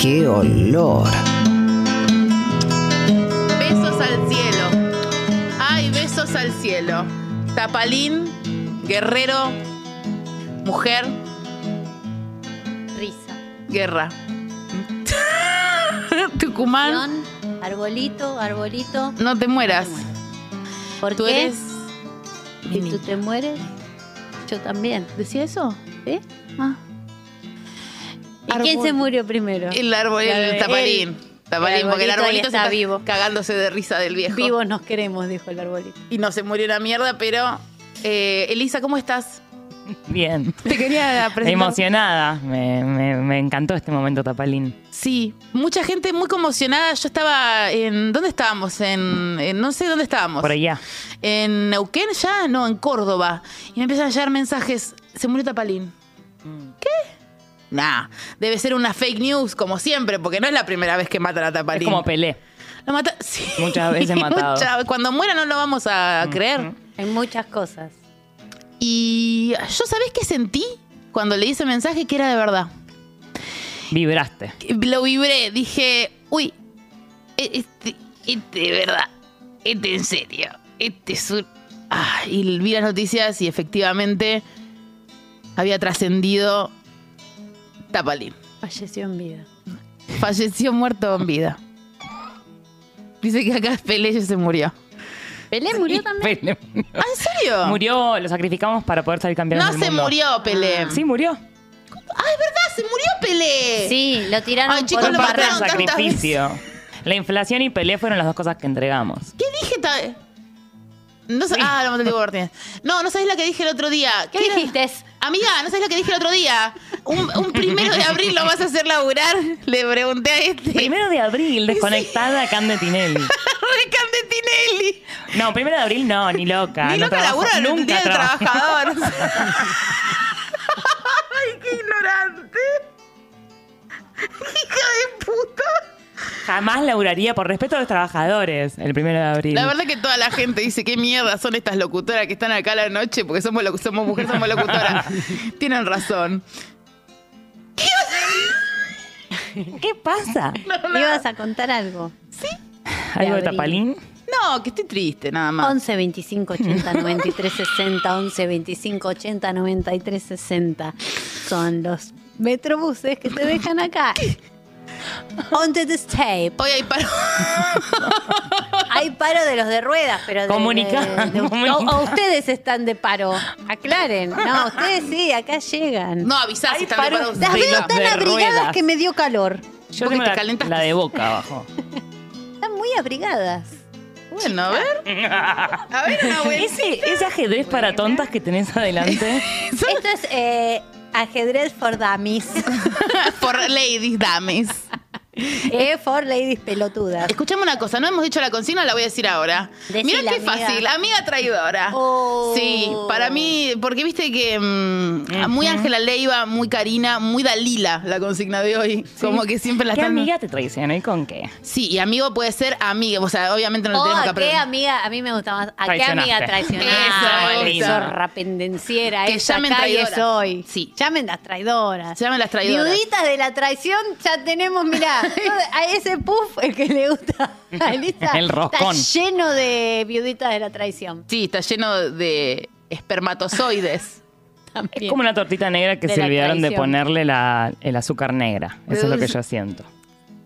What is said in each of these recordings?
¡Qué olor! Besos al cielo. Ay, besos al cielo. Tapalín, guerrero, mujer, Risa. guerra. Tucumán, Guión, arbolito, arbolito. no te mueras. ¿Por Tú qué? eres. Si tú te mueres, yo también. ¿Decía eso? ¿Eh? Ah. ¿Y quién Árbol. se murió primero? El árbol, el El- tapalín. Tapalín, porque el arbolito arbolito ya está vivo. cagándose de risa del viejo. Vivos nos queremos, dijo el arbolito. Y no se murió una mierda, pero. eh, Elisa, ¿cómo estás? Bien, Te quería presentar. emocionada. Me, me- me encantó este momento, Tapalín. Sí, mucha gente muy conmocionada. Yo estaba en. ¿Dónde estábamos? En, en- no sé dónde estábamos. Por allá. ¿En Neuquén ya? No, en Córdoba. Y me empiezan a llegar mensajes. Se murió Tapalín. Mm. ¿Qué? Nah, debe ser una fake news, como siempre, porque no es la primera vez que matan a Tapalín. Es como Pelé. Lo mata- sí, Muchas veces matado. Mm, mucha- Cuando muera no lo vamos a creer. Hay muchas cosas. Y yo, ¿sabés qué sentí cuando leí ese mensaje? Que era de verdad. Vibraste. lo vibré, dije, uy, este, este de verdad, este en serio, este es un... Ah, y vi las noticias y efectivamente había trascendido Tapalín. Falleció en vida. Falleció muerto en vida. Dice que acá Pelé ya se murió. Pelé murió también. Pelé. ¿Ah, ¿En serio? Murió, lo sacrificamos para poder salir campeón No del se mundo. murió Pelé. Sí, murió. Ah, se murió Pelé. Sí, lo tiraron Ay, chicos, por lo un Fue parte del mataron barranco. tantas sacrificio. La inflación y Pelé fueron las dos cosas que entregamos. ¿Qué dije? ta- No sa- Ah, lo maté Diego Martínez. No, no sabés la que dije el otro día. ¿Qué Que era- dijiste? Amiga, ¿no sabes lo que dije el otro día? Un, un primero de abril lo vas a hacer laburar. Le pregunté a este. Primero de abril, desconectada Cande Tinelli. Re Candetinelli. No, primero de abril no, ni loca. Ni Ah, no loca trabajo. labura en el Nunca Día del trabajo. Trabajador. Ay, qué ignorante. Hija de puta. Jamás laburaría por respeto a los trabajadores el primero de abril. La verdad que toda la gente dice qué mierda son estas locutoras que están acá a la noche porque somos, locu- somos mujeres, somos locutoras. Tienen razón. ¿Qué pasa? Ibas a contar algo. ¿Algo de abril. Tapalín? No, que estoy triste, nada más. 11 25 80 93 60 11 25 80 93 60 son los metrobuses que te dejan acá on the tape Hoy hay paro. hay paro de los de ruedas pero de, Comunicá, de- de- comunicá. o, o ustedes están de paro aclaren no ustedes sí acá llegan No, avisás, Hay están paro preparados. las de veo los tan de abrigadas ruedas. que me dio calor Yo Porque tengo te la, calentaste. la de boca abajo. están muy abrigadas Bueno, a ver. A ver, una vuelta. Ese, ese ajedrez para tontas que tenés adelante. esto es eh, ajedrez for dummies For ladies, dames. eh, for ladies pelotudas Escuchame una cosa, no hemos dicho la consigna, la voy a decir ahora. Decila, Mira qué amiga. fácil, amiga traidora. Oh. Sí, para mí, porque viste que mm, muy Ángela Leiva, muy Karina, muy Dalila la consigna de hoy. Como que siempre la ¿Qué están. amiga te traiciona y con qué? Sí, y amigo puede ser amiga, o sea, obviamente no Oh, lo tenemos que ¿a qué aprender. amiga? A mí me gusta más. ¿A qué Traicionaste. amiga traicionada? Eso, Ay, eh, lindo. zorra pendenciera. Que esa llamen calle traidoras. soy. Sí. Llamen las traidoras. Se llaman las traidoras. Viuditas de la traición, ya tenemos, mirá, todo- a ese puff el que le gusta a Elisa. El roscón. Está lleno de viuditas de la traición. Sí, está lleno de espermatozoides. También. Es como una tortita negra que De se la olvidaron de traición. ponerle la- el azúcar negra. De Eso es lo que dulce. yo siento.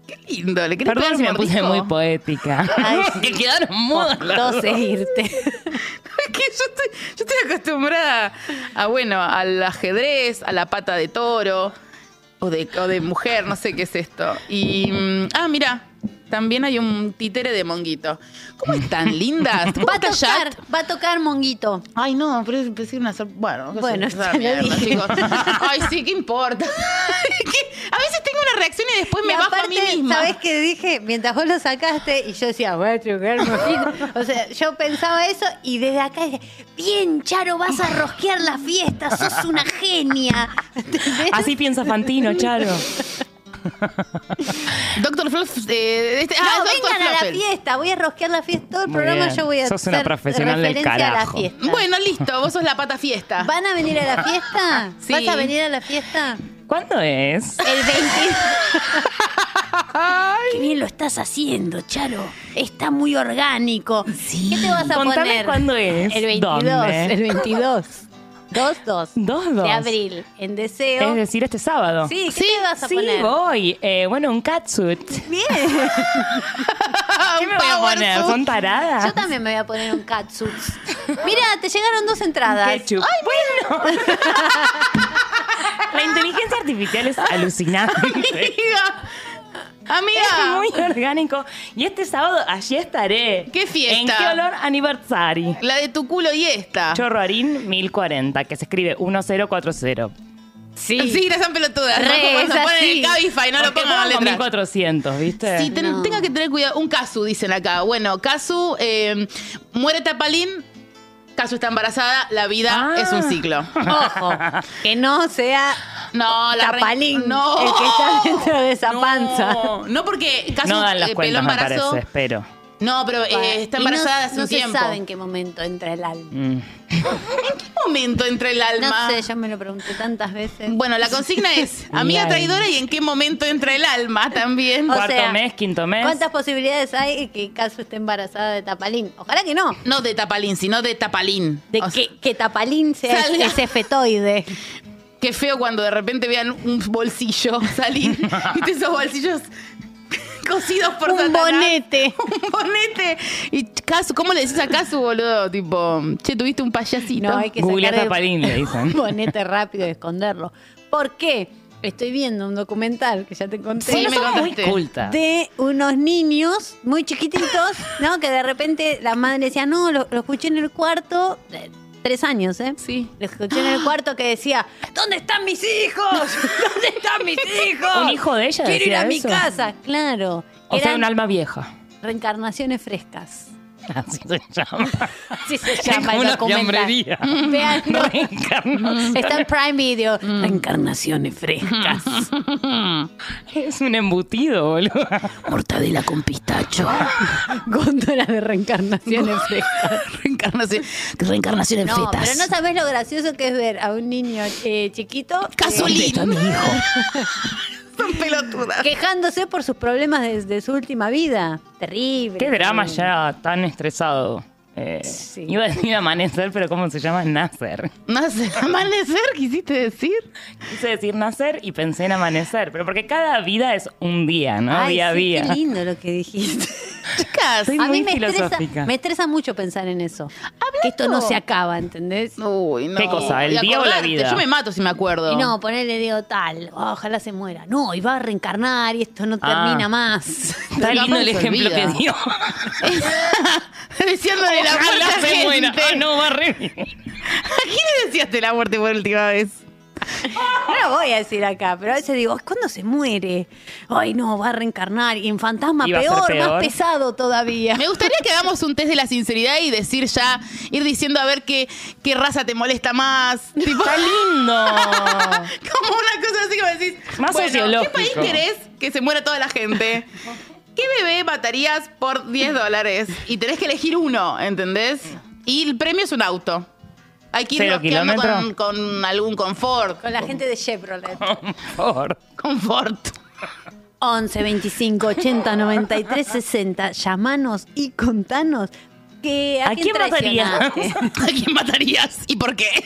Qué lindo, le querés Perdón pegar si me un puse mordisco? muy poética. Ay, que quedaron mudas. las Todo dos. seguirte. Es que yo estoy, yo estoy acostumbrada a, bueno, al ajedrez, a la pata de toro o de, o de mujer, no sé qué es esto. Y. mm, Ah, mira, También hay un títere de monguito. ¿Cómo están lindas? Va a Boca tocar, Chat. va a tocar Monguito. Ay, no, pero es- pensé una sor- Bueno, qué sé Bueno, yo, esa ya lo mierda, dije. chicos. Ay, sí, ¿qué importa? ¿Qué? a veces tengo una reacción y después me y bajo aparte, a mí misma. ¿sabés qué dije? Mientras vos lo sacaste y yo decía, este voy a trucar Monguito. O sea, yo pensaba eso y desde acá decía, bien, Charo, vas a rosquear la fiesta, sos una genia. ¿Entendés? Así piensa Fantino, Charo. Doctor Fluff. eh, este- ah, No, es Dr. vengan a la Fluffel. fiesta, voy a rosquear la fiesta, todo el Muy programa bien. yo voy a Sos una hacer profesional del referencia a la carajo. fiesta. Bueno, listo, vos sos la pata fiesta. ¿Van a venir a la fiesta? Sí. ¿Vas a venir a la fiesta? ¿Cuándo es? El 20. Qué bien lo estás haciendo, Charo. Está muy orgánico. ¿Qué te vas a Contame poner? cuándo es. El 22. ¿Dónde? El 22. 2-2. Dos, dos. De abril. En deseo. Es decir, este sábado. Sí, ¿qué te vas a Sí, poner? voy. Eh, bueno, un catsuit. Bien. ¿Qué me voy a power poner? suit. ¿Son taradas? Yo también me voy a poner un catsuit. Mira, te llegaron dos entradas. Ketchup. bueno! La inteligencia artificial es alucinante. Amiga. Amiga. Es muy orgánico. Y este sábado allí estaré. ¿Qué fiesta? Ah. En qué olor aniversari. La de tu culo y esta. Chorro Harín 1040, que se escribe 1040. sí. Sí, no sean pelotudas. Re, no es se ponen así. el Cabify, no lo Porque pongan pongo en la letra. 1400, ¿viste? Sí, ten- No. tenga que tener cuidado. Un casu, dicen acá. Bueno, casu, eh, muere Tapalín. Casu está embarazada, la vida Ah. es un ciclo. Ojo, que no sea No, la re- Tapalín no. el que está dentro de esa No. panza. No, porque Casu no dan las eh, peló cuentas, me embarazo. parece, espero. No, pero eh, Para- está y no- embarazada hace no un se tiempo. sabe en qué momento entra el alma. Mm. ¿En qué momento entra el alma? No sé, yo me lo pregunté tantas veces. Bueno, la consigna es amiga Bien. traidora y en qué momento entra el alma también. O Cuarto sea, mes, quinto mes. ¿Cuántas posibilidades hay de que Casu esté embarazada de Tapalín? Ojalá que no. No de Tapalín, sino de Tapalín. De O sea, que, que Tapalín sea Salga. ese fetoide. Qué feo cuando de repente vean un bolsillo salir. ¿Viste esos bolsillos cosidos por Un Satanás? bonete. un bonete. Y Casu, ¿cómo le decís a Casu, boludo? Tipo, che, tuviste un payasito. No, hay que Google sacar el- Tapalín, le dicen. un bonete rápido y esconderlo. ¿Por qué? Estoy viendo un documental que ya te conté. Sí, Bueno, me sos contaste. muy culta. de unos niños muy chiquititos, ¿no? Que de repente la madre decía, no, lo, lo escuché en el cuarto, eh, tres años, ¿eh? Sí. Lo escuché en el cuarto que decía, ¿dónde están mis hijos? ¿Dónde están mis hijos? Un hijo de ella Quiero ir decía a mi eso. casa, claro. O sea, eran un alma vieja. reencarnaciones frescas. Así se llama. Sí se Es llama como el una documental. fiambrería. Vean, no, Reencarnación. está en Prime Video. Reencarnaciones frescas. Es un embutido, boludo. Mortadela con pistacho. Góndola de reencarnaciones frescas. Reencarnación, reencarnación en No, pero fetas. no sabes lo gracioso que es ver a un niño eh, chiquito Casolín. eh, mi hijo? Son pelotudas. quejándose por sus problemas de, de su última vida. Terrible. Este, Qué Mm. mm. drama ya tan estresado. Eh, Sí. Iba a decir amanecer, pero ¿cómo se llama? Nacer. No sé, amanecer, quisiste decir. Quise decir nacer y pensé en amanecer, pero porque cada vida es un día, ¿no? Ay, día a sí, día. Qué lindo lo que dijiste. Chicas, Soy a mí muy me estresa, filosófica. me estresa mucho pensar en eso. Que esto no se acaba, ¿entendés? Uy, no. ¿Qué cosa, el Y día o la acordarte, vida? Yo me mato si me acuerdo. Y no, ponerle digo tal, "Oh, ojalá se muera. No, y va a reencarnar y esto no termina más. Está Pero lindo el capaz se ejemplo olvida. que dio. Diciéndole la muerte Ojalá a se gente. muera. Ah, no, va re bien. ¿A quién le decías te la muerte por última vez? No lo voy a decir acá, pero a veces digo, "Ay, ¿cuándo se muere? Ay, no, va a reencarnar. Y en fantasma Y va a ser peor, más peor. pesado todavía. Me gustaría que hagamos un test de la sinceridad y decir ya, ir diciendo a ver qué, qué raza te molesta más. Tipo, Está lindo. como una cosa así que me decís. Más bueno, ¿Qué sociológico. país querés que se muera toda la gente? ¿Qué bebé matarías por 10 dólares? Y tenés que elegir uno, ¿entendés? Y el premio es un auto. Hay que ir ¿Cero rosqueando con, kilómetro? con algún confort. Con la gente de Chevrolet. Por. Confort. 11 25 80 93 60. Llamanos y contanos que a, ¿A quién matarías? traicionaste. ¿A quién matarías y por qué?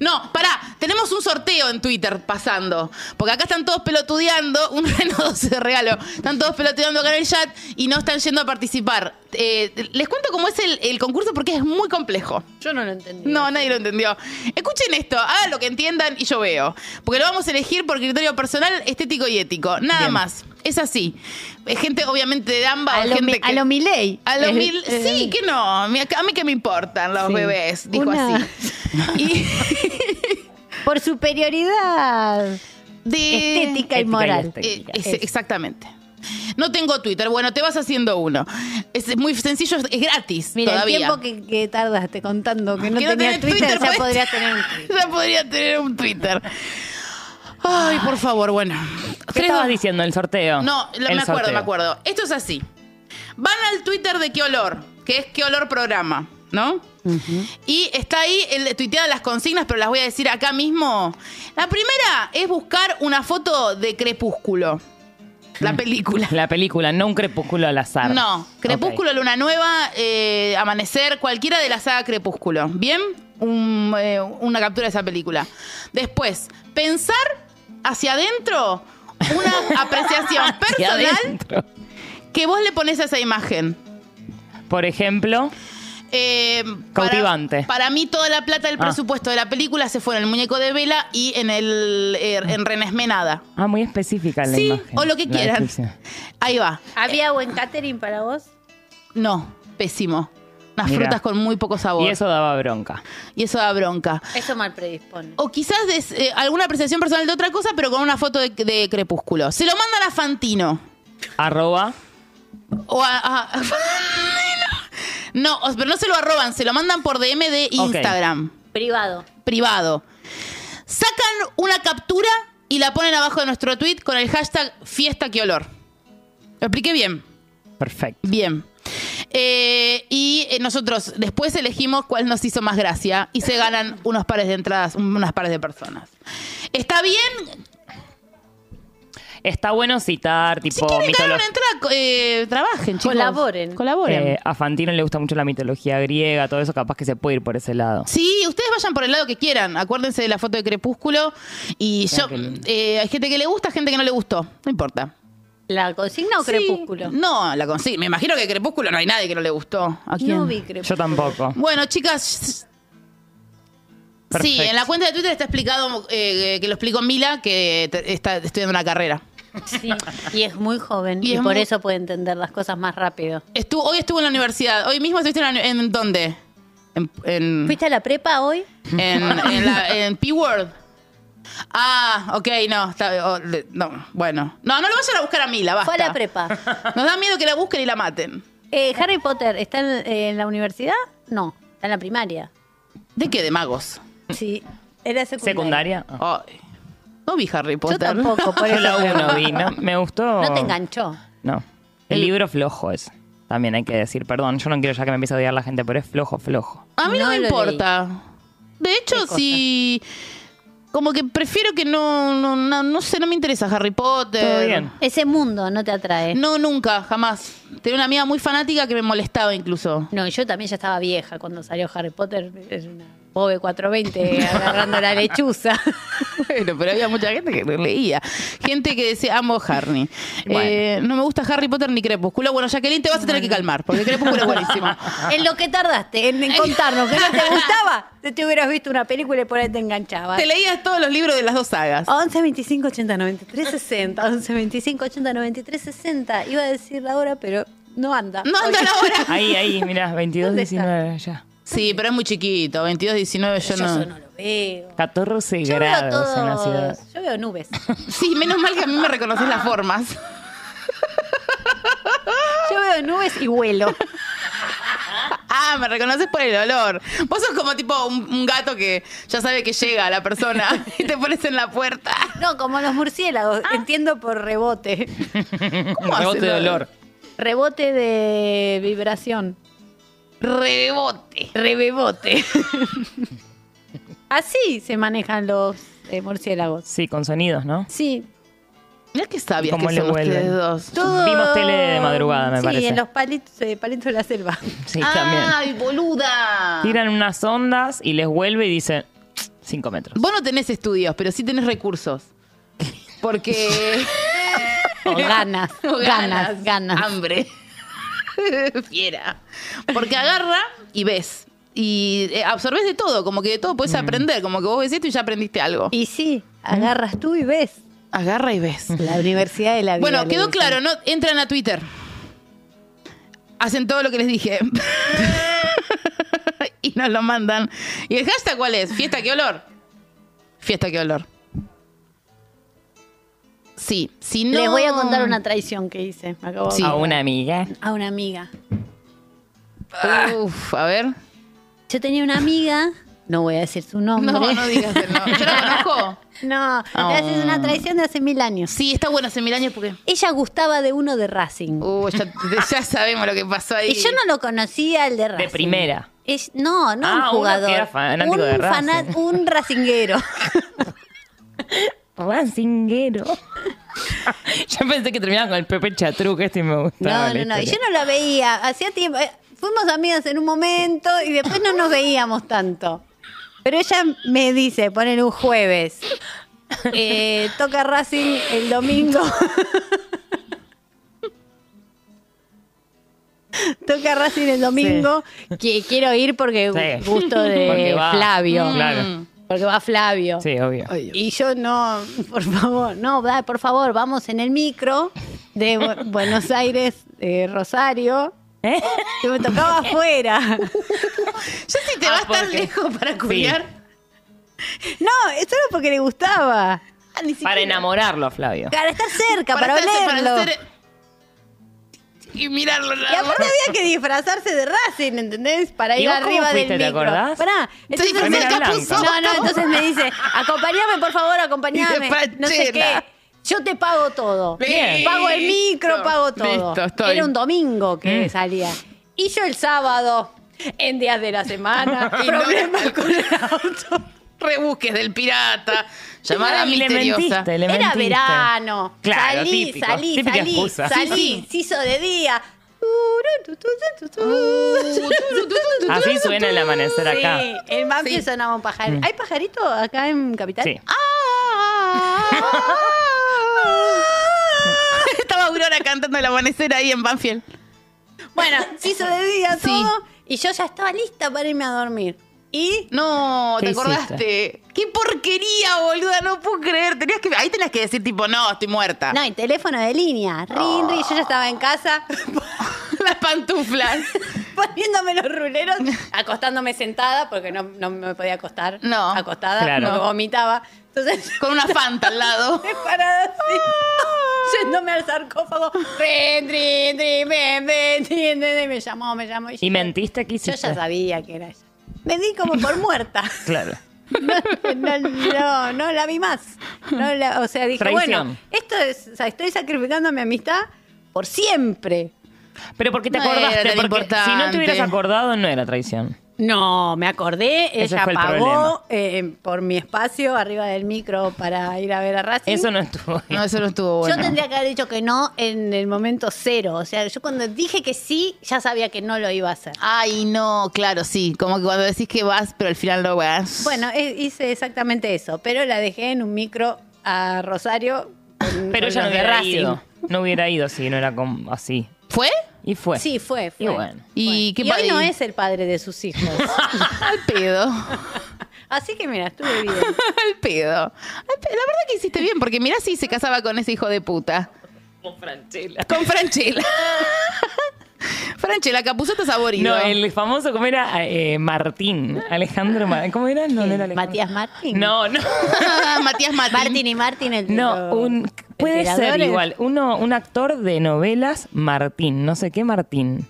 No, pará, tenemos un sorteo en Twitter pasando. Porque acá están todos pelotudeando, un Renault 12 de regalo. Están todos pelotudeando acá en el chat y no están yendo a participar. Eh, les cuento cómo es el, el concurso porque es muy complejo. Yo no lo entendí. No, nadie lo entendió. Escuchen esto, hagan lo que entiendan y yo veo. Porque lo vamos a elegir por criterio personal, estético y ético. Nada Bien. más. Es así. Eh, Gente, obviamente, de ambas. A lo, gente mi, a que- lo Milei. a los Eh, mil. eh, Sí, que no. mi- A mí que me importan los Sí. bebés, dijo Una- así. Y Por superioridad de- Eh, estética Ética y y moral. estética. Eh, es- Eso. exactamente. No tengo Twitter. Bueno, te vas haciendo uno. Es muy sencillo, es es gratis Mira, todavía. el tiempo que, que tardaste contando que no Que no tenías tenés Twitter, Twitter, ya pues. podrías tener un Twitter. Ya podría tener un Twitter. Ay, por favor, bueno. ¿Qué Tres, estabas dos- diciendo? ¿El sorteo? No, la- Ah, El me acuerdo, sorteo. me acuerdo. Esto es así. Van al Twitter de qué olor, que es qué olor programa, ¿no? Y está ahí el de tuiteada las consignas, pero las voy a decir acá mismo. La primera es buscar una foto de Crepúsculo. Mm. La película. La película, no un crepúsculo al azar. No, Crepúsculo, Luna Nueva, eh, Amanecer, cualquiera de la saga Crepúsculo. ¿Bien? Un, eh, una captura de esa película. Después, pensar hacia adentro una apreciación Ok. Hacia personal adentro. que vos le pones a esa imagen. Por ejemplo, Eh, Cautivante. Para, para mí toda la plata del Ah. presupuesto de la película se fue en el muñeco de Vela y en el eh, en Renesmenada. ah, muy específica la Sí, imagen. o lo que la quieran. descripción. Ahí va. ¿Había buen catering para vos? No, pésimo. Unas Mirá. frutas con muy poco sabor. Y eso daba bronca. y eso da bronca. Eso mal predispone. O quizás des- eh, alguna apreciación personal de otra cosa, pero con una foto de, de Crepúsculo. Se lo mandan a Fantino. Arroba. O a, a- a Fantino. No, os- pero no se lo arroban, se lo mandan por DM de Instagram, Privado. privado. Sacan una captura y la ponen abajo de nuestro tweet con el hashtag fiesta que olor. Lo expliqué bien. Perfecto. Bien. Eh, y eh, nosotros después elegimos cuál nos hizo más gracia y se ganan unos pares de entradas, unas pares de personas. ¿Está bien? Está bueno citar, tipo, Si quieren ganar mitología. una entrada, co- eh, trabajen, chicos. Colaboren. Colaboren. Eh, a Fantino le gusta mucho la mitología griega, todo eso, capaz que se puede ir por ese lado. Sí, ustedes vayan por el lado que quieran. Acuérdense de la foto de Crepúsculo. Y yo, qué lindo. eh, hay gente que le gusta, gente que no le gustó. No importa. ¿La consigna o Sí. crepúsculo? No, la consigna. Me imagino que Crepúsculo no hay nadie que no le gustó. ¿A quién? No vi crepúsculo. Yo tampoco. Bueno, chicas. Sí, Perfecto. en la cuenta de Twitter está explicado, eh, que lo explicó Mila, que te- está estudiando una carrera. Sí. Y es muy joven Y y, es por muy- eso puede entender las cosas más rápido. Estuvo, hoy estuvo en la universidad. Hoy mismo estuviste en, la uni- en dónde? En, en, ¿Fuiste a la prepa hoy? en, en la- en P-World. Ah, ok, no, está- oh, le- no, bueno. No, no lo vayan a buscar a Mila, basta. Fue a la prepa. Nos da miedo que la busquen y la maten. Eh, ¿Harry Potter está en, eh, en la universidad? No, está en la primaria. ¿De qué? De magos. Sí, era secundaria. ¿Secundaria? Ah. Ay, no vi Harry Yo Potter. tampoco, por Yo eso. la uno pregunto. vi, ¿no? Me gustó. No te enganchó. No. El libro flojo es. También hay que decir, perdón, yo no quiero ya que me empiece a odiar la gente, pero es flojo, flojo. A mí no, No me lo importa. De hecho, cosa? si. Como que prefiero que no no, no. no sé, no me interesa Harry Potter. Todo bien. Ese mundo no te atrae. No, nunca, jamás. Tenía una amiga muy fanática que me molestaba incluso. No, yo también ya estaba vieja cuando salió Harry Potter. Es una pobre 420 agarrando la lechuza. Bueno, pero había mucha gente que leía. Gente que decía, amo Harry. Bueno. Eh, no me gusta Harry Potter ni Crepúsculo. Bueno, Jacqueline, te vas a tener que calmar, porque Crepúsculo es buenísimo. en lo que tardaste, en, en contarnos que no te gustaba, te, te hubieras visto una película y por ahí te enganchabas. Te leías todos los libros de las dos sagas. 11 25 80 93 60 11 25 80 93 60 iba a decir la hora pero no anda No anda Hoy- la hora. Ahí, ahí, mirá, 22, ¿Dónde está? 19, ya. Sí, pero es muy chiquito. 22, 19, yo yo eso no. no lo veo 14 yo veo grados en la todo ciudad. yo veo nubes Sí, menos mal que a mí me reconoces las formas. yo veo nubes y vuelo Ah, me reconoces por el olor. Vos sos como tipo un, un gato que ya sabe que llega la persona y te pones en la puerta. no como los murciélagos Ah. entiendo por rebote ¿Cómo Rebote hace de el olor. rebote de vibración Rebote. rebebote así se manejan los eh, murciélagos Sí, con sonidos, ¿no? sí Mirá que sabias ¿Cómo que le son vuelven? ustedes dos. todo Vimos tele de madrugada, me sí, parece. en los palitos eh, palitos de la selva Ah, Sí, también. ¡Ay, boluda! Tiran unas ondas y les vuelve y dicen, Cinco metros. Vos no tenés estudios, pero sí tenés recursos. Porque. O ganas, o ganas, ganas. Hambre. Fiera. Porque agarra y ves. Y eh, absorbes de todo, como que de todo puedes aprender. Como que vos ves esto y ya aprendiste algo. Y sí, agarras tú y ves. agarra y ves. La universidad de la vida. Bueno, le quedó dicen. claro, ¿no? Entran a Twitter. Hacen todo lo que les dije. y nos lo mandan. ¿Y el hashtag cuál es? Fiesta que olor. Fiesta que olor. Sí, si no. Les voy a contar una traición que hice. me acabo de Sí. A una amiga. A una amiga. Ah, Uf, a ver. Yo tenía una amiga, no voy a decir su nombre. No, no digas el nombre. Yo la conozco. No, esa es Ah. una traición de hace mil años. Sí, está bueno hace mil años porque. Ella gustaba de uno de Racing. Uh, ya, ya sabemos lo que pasó ahí. Y yo no lo conocía el de Racing. primera. Es- no, no Ah, un uno jugador. que era fanático un de Racing. fanat- un racinguero. Rancinguero. Yo pensé que terminaban con el Pepe Chatruc, este me gustaba. No, la no, no. Y yo historia. no la veía. Hacía tiempo. eh, Fuimos amigas en un momento y después no nos veíamos tanto. Pero ella me dice, ponen un jueves. eh, toca Racing el domingo. Toca Racing el domingo. Que quiero ir porque Sí. gusto de Porque va. Mm. Flavio. Claro. Porque va Flavio. Sí, obvio. Y yo no, por favor, no, dale, por favor, vamos en el micro de Bu- Buenos Aires, eh, Rosario. ¿Eh? Que me tocaba afuera. Yo si te Ah, vas tan porque- lejos para cuidar. No, es solo porque le gustaba. ah, ni siquiera- Para enamorarlo a Flavio. Para estar cerca, para, estar- para olerlo. estar- Y mirarlo Y nada más. aparte había que disfrazarse de Racing, ¿entendés? Para ¿Y ir vos cómo arriba fuiste, te del micro. acordás? Pará. Entonces, disfrazé de no, Capuzoto. no, entonces me dice, acompáñame, por favor, acompáñame. Y de No sé qué. pachera. Yo te pago todo. Bien. Pago el micro, Listo. pago todo. Listo, estoy. Era un domingo que Mm. salía. Y yo el sábado, en días de la semana, Y no- problemas con el auto. Rebusques del pirata. Llamar a Y le misteriosa. mentiste, le Era mentiste. verano. Claro, salí, típico. salí, Típica salí, excusa. salí. Sí, sí. Se hizo de día. Así suena el amanecer acá. Mm. Sí, en Banfield Sí. sonaba un pajarito. ¿Hay pajarito acá en Capital? Ah, Sí. Ah. Estaba Aurora cantando el amanecer ahí en Banfield. Bueno, se hizo de día Sí. todo y yo ya estaba lista para irme a dormir. Y No, ¿Qué te acordaste. Qué porquería, boluda, no puedo creer. Tenías que, ahí tenías que decir tipo, no, estoy muerta. no, y teléfono de línea, rin, Oh. rin, yo ya estaba en casa Las pantuflas. poniéndome los ruleros, acostándome sentada porque no, no me podía acostar No. acostada, Claro. porque vomitaba. Entonces Con una fanta al lado. parada así, yéndome al sarcófago, rin, rin, rin, rin, rin, rin, rin, y me llamó, me llamó. ¿Y yo- mentiste que Yo hiciste? ya sabía que era ella. Me di como por muerta. Claro. No, no, no la vi más. No la- o sea, dije, Traición. bueno, esto es, o sea, estoy sacrificando mi amistad por siempre. Pero porque te No era acordaste, tan porque si no importante. te hubieras acordado no era traición. No, me acordé, Ese ella fue el pagó eh, por mi espacio arriba del micro para ir a ver a Racing. Eso no estuvo bien. No, eso no estuvo bueno. Yo tendría que haber dicho que no en el momento cero. O sea, yo cuando dije que sí, ya sabía que no lo iba a hacer. Ay, no, claro, sí. Como que cuando decís que vas, pero al final no vas. Bueno, eh, hice exactamente eso, pero la dejé en un micro a Rosario. con- Pero con ella no los de hubiera Racing. ido. No hubiera ido si no era como así. ¿Fue? Y fue. Sí, fue. fue. Y bueno. ¿Y qué y hoy pa- no y- es el padre de sus hijos. Al pedo. Así que mira, estuve bien. Al pedo. Al pe- La verdad que hiciste bien, porque mirá si se casaba con ese hijo de puta. Con Franchella. Con Franchella. Franchella, Capuzoto saborido. No, el famoso, ¿cómo era? Eh, Martín. Alejandro Martín. ¿Cómo era? No, no era Alejandro. Matías Martín. No, no. Matías Martín. Martín y Martín el de No, los un, puede ser emperadores. igual. Uno, un actor de novelas, Martín, no sé qué Martín.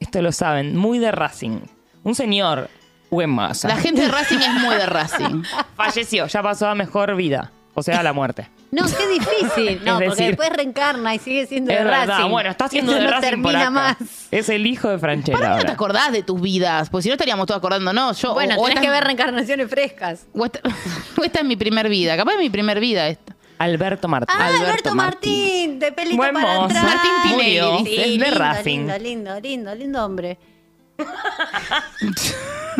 Esto lo saben, muy de Racing. Un señor, buen masa. La gente de Racing es muy de Racing. Falleció, ya pasó a mejor vida. O sea, a la muerte. No, qué difícil. No, Es porque decir- después reencarna y sigue siendo es de verdad, Racing. bueno, está haciendo Eso de no Racing por termina acá. más. Es el hijo de Franchella ¿Para qué no te ahora. acordás de tus vidas? Porque si no estaríamos todos acordándonos. Yo, Bueno, o- o tenés esta- que ver reencarnaciones frescas. O esta, o esta es mi primer vida. Capaz es mi primer vida esta. Alberto Martín. Ah, Alberto, Alberto Martín, Martín. de pelito Buen para mozo. atrás. Martín Tinelli, Murió. Sí, es de lindo, Racing. lindo, lindo, lindo, lindo hombre.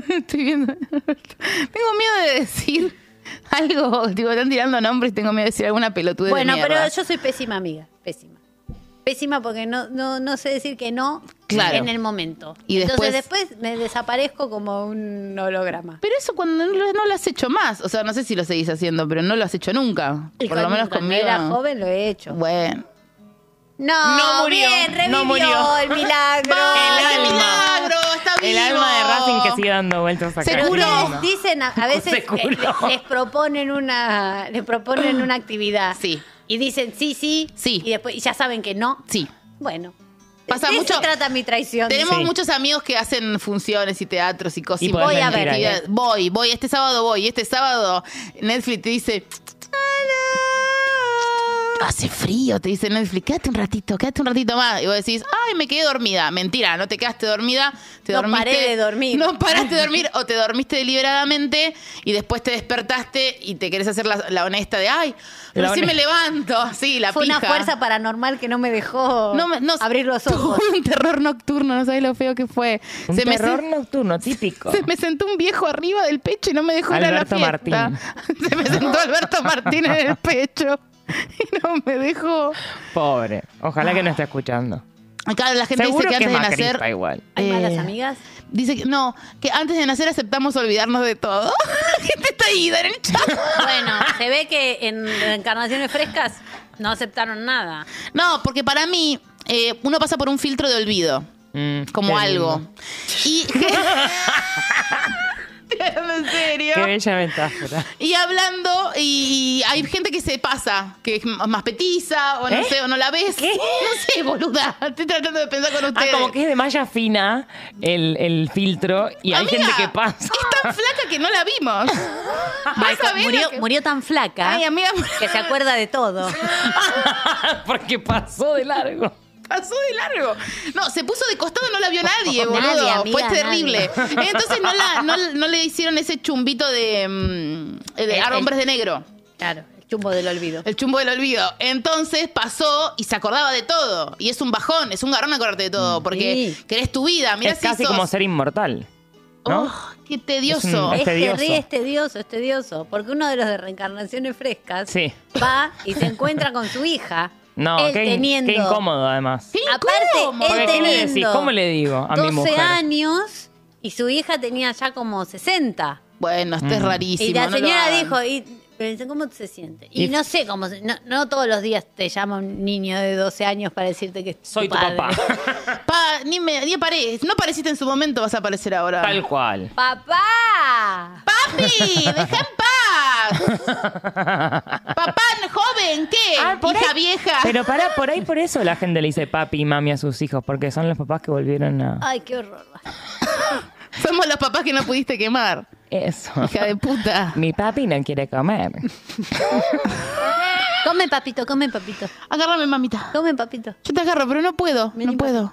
Estoy viendo. tengo miedo de decir algo. Digo, están tirando nombres y tengo miedo de decir alguna pelotuda. Bueno, pero yo soy pésima amiga, pésima. Pésima porque no, no, no sé decir que no Claro. en el momento. Y Entonces después- después me desaparezco como un holograma. Pero eso cuando no lo, no lo has hecho más. O sea, no sé si lo seguís haciendo, pero no lo has hecho nunca. Y Por lo cuando- menos cuando conmigo. era joven lo he hecho. Bueno. No, No murió, bien, revivió no murió. el milagro. ¡Ay, El qué alma. milagro! ¡Está El vivo! alma de Racing que sigue dando vueltas acá. Pero Seguro. Divino. ustedes dicen, a, a veces eh, Seguro. le- les proponen una les proponen una actividad. Sí. Y dicen sí, sí, Sí. Y después y ya saben que no. Sí. Bueno. Pasa de mucho- eso trata mi traición. Tenemos Sí. muchos amigos que hacen funciones y teatros y cosas. Y podés voy a mentir ver. ahí, ¿eh? actividades. Voy, voy. Este sábado voy. Este sábado Netflix te dice... Hace frío, te dice Netflix. Quédate un ratito, quédate un ratito más. Y vos decís, ay, me quedé dormida. Mentira, no te quedaste dormida. Te No dormiste, paré de dormir. No paraste de dormir o te dormiste deliberadamente y después te despertaste y te querés hacer la, la honesta de, ay, La recién me honesta. levanto. Sí, la Fue una pija. fuerza paranormal que no me dejó No me- no- abrir los ojos. Tuve un terror nocturno, no sabés lo feo que fue. Un me terror sen- nocturno típico. se me sentó un viejo arriba del pecho y no me dejó Alberto ir a la fiesta. Se me sentó Alberto Martín en el pecho y no me dejó. Pobre. Ojalá que no esté escuchando. Claro, la gente Seguro dice que que es antes de macrista nacer. igual. ¿Hay malas Eh, amigas? Dice que no, que antes de nacer aceptamos olvidarnos de todo. La gente está ida en el chat. Bueno, se ve que en reencarnaciones frescas no aceptaron nada. No, porque para mí eh, uno pasa por un filtro de olvido. Mm, Como qué lindo. algo. Y. en serio. Qué bella metáfora. Y hablando, y hay gente que se pasa, que es más petiza, o no ¿Eh? sé, o no la ves. No sé, boluda. Estoy tratando de pensar con Ah, ustedes. como que es de malla fina el, el filtro y hay Amiga, gente que pasa. Es tan flaca que no la vimos. Ay, Vas a ver murió, lo que- murió tan flaca Ay, amiga, que se acuerda de todo. Porque pasó de largo. pasó de largo. No, se puso de costado, no la vio nadie, boludo. Nadie, amiga, Fue terrible. Entonces no, la, no, no le hicieron ese chumbito de, mm, de El- a hombres de negro. Claro, el chumbo del olvido. El chumbo del olvido. Entonces pasó y se acordaba de todo. Y es un bajón, es un garrón acordarte de todo. Porque Mm, Sí. querés tu vida. Mirá es si casi sos- como ser inmortal. ¿no? Oh, qué tedioso. Es Es, tedioso. terri- es tedioso, es tedioso. Porque uno de los de reencarnaciones frescas Sí. va y se encuentra con su hija. No, él qué, in- teniendo. qué incómodo además. Qué Aparte, incómodo. él Porque, ¿qué le decís? teniendo ¿Cómo le digo a mi 12 mujer? años y su hija tenía ya como 60. Bueno, esto Mm. es rarísimo. y la no lo señora hagan. dijo, y, pero dice, ¿cómo se siente? Y, Y- no sé cómo, se- no, no todos los días te llama un niño de 12 años para decirte que es Soy tu padre. papá. Pa, ni, me, ni apareces. No apareciste en su momento, vas a aparecer ahora. Tal cual. ¡Papá! ¡Papi! ¡Deja en paz! Papá, joven, ¿qué? Ah, por Hija ahí- vieja. Pero para por ahí por eso la gente le dice papi y mami a sus hijos, porque son los papás que volvieron a Ay, qué horror. Somos los papás que no pudiste quemar. eso. Hija de puta. Mi papi no quiere comer. Come, papito, come, papito. Agárrame, mamita. Come, papito. Yo te agarro, pero no puedo, Vení, no puedo.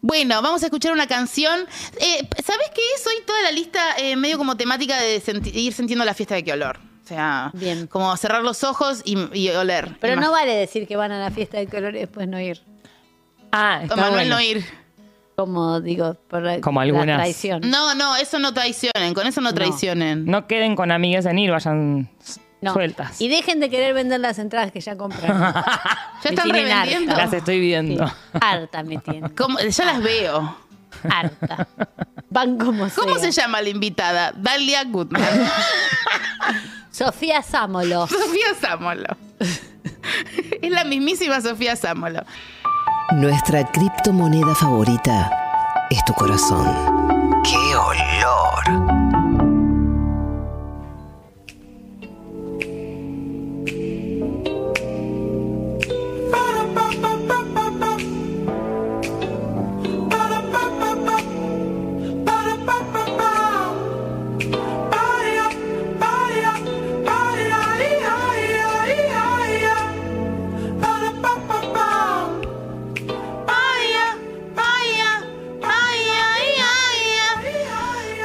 Bueno, vamos a escuchar una canción. Eh, ¿Sabes qué es hoy toda la lista eh, medio como temática de senti- ir sintiendo la fiesta de qué olor? O sea, Bien. como cerrar los ojos y, y oler. Pero Ima- no vale decir que van a la fiesta de color y después no ir. Ah, está Manuel bueno. no ir. Como digo, por la, Como la algunas. traición. No, no, eso no traicionen, con eso no traicionen. No queden con amigas en ir, vayan s- No. sueltas. Y dejen de querer vender las entradas que ya compraron. Ya Me están tienen harta. revendiendo. Las estoy Sí. viendo. Harta me tienen. Como- Ya las veo. Harta. Van como ¿Cómo sea. se llama la invitada? Dalia Goodman. Sofía Sámolo. Sofía Sámolo. es la mismísima Sofía Sámolo. Nuestra criptomoneda favorita es tu corazón. ¡Qué olor!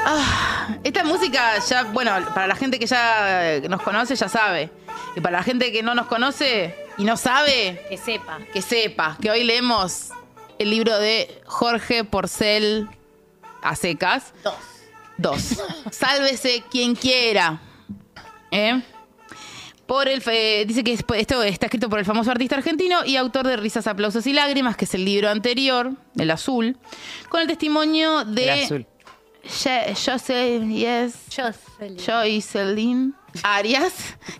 Ah, Esta música ya, bueno, para la gente que ya eh, nos conoce ya sabe. Y para la gente que no nos conoce y no sabe, Que sepa. que sepa que hoy leemos el libro de Jorge Porcel a secas. Dos. Dos. Sálvese quien quiera. ¿Eh? Por el fe- dice que es- pues, esto está escrito por el famoso artista argentino y autor de Risas, Aplausos y Lágrimas, que es el libro anterior, el azul, con el testimonio de El azul. Ye- Joseph Yes, Jocelyn. Joycelyn Arias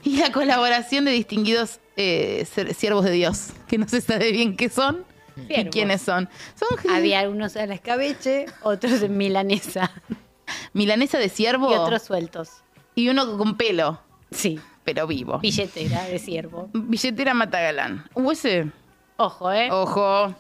y la colaboración de distinguidos eh, ser- siervos de Dios, que no se sabe bien qué son y Siervos. quiénes son. Son gente- Había unos a la escabeche, otros en milanesa milanesa de y siervo otros sueltos. y uno con pelo, Sí, pero vivo. billetera de ciervo. Billetera Matagalán. Uh, ¿Hubo ese? Ojo, ¿eh? Ojo.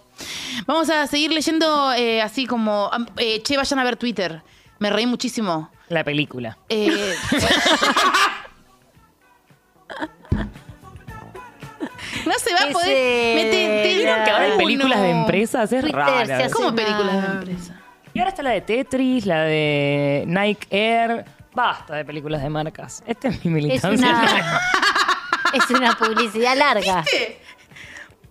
Vamos a seguir leyendo eh, así como... am- eh, che, vayan a ver Twitter. Me reí muchísimo. La película. Eh, no se va a Ese- poder... meter- te- ¿Vieron Que ahora hay Uno. películas de empresas, es Twitter raro. se hace- ¿Cómo Una- películas de empresa? Y ahora está la de Tetris, la de Nike Air. Basta de películas de marcas. Esta es mi Es militancia. una, es una publicidad larga.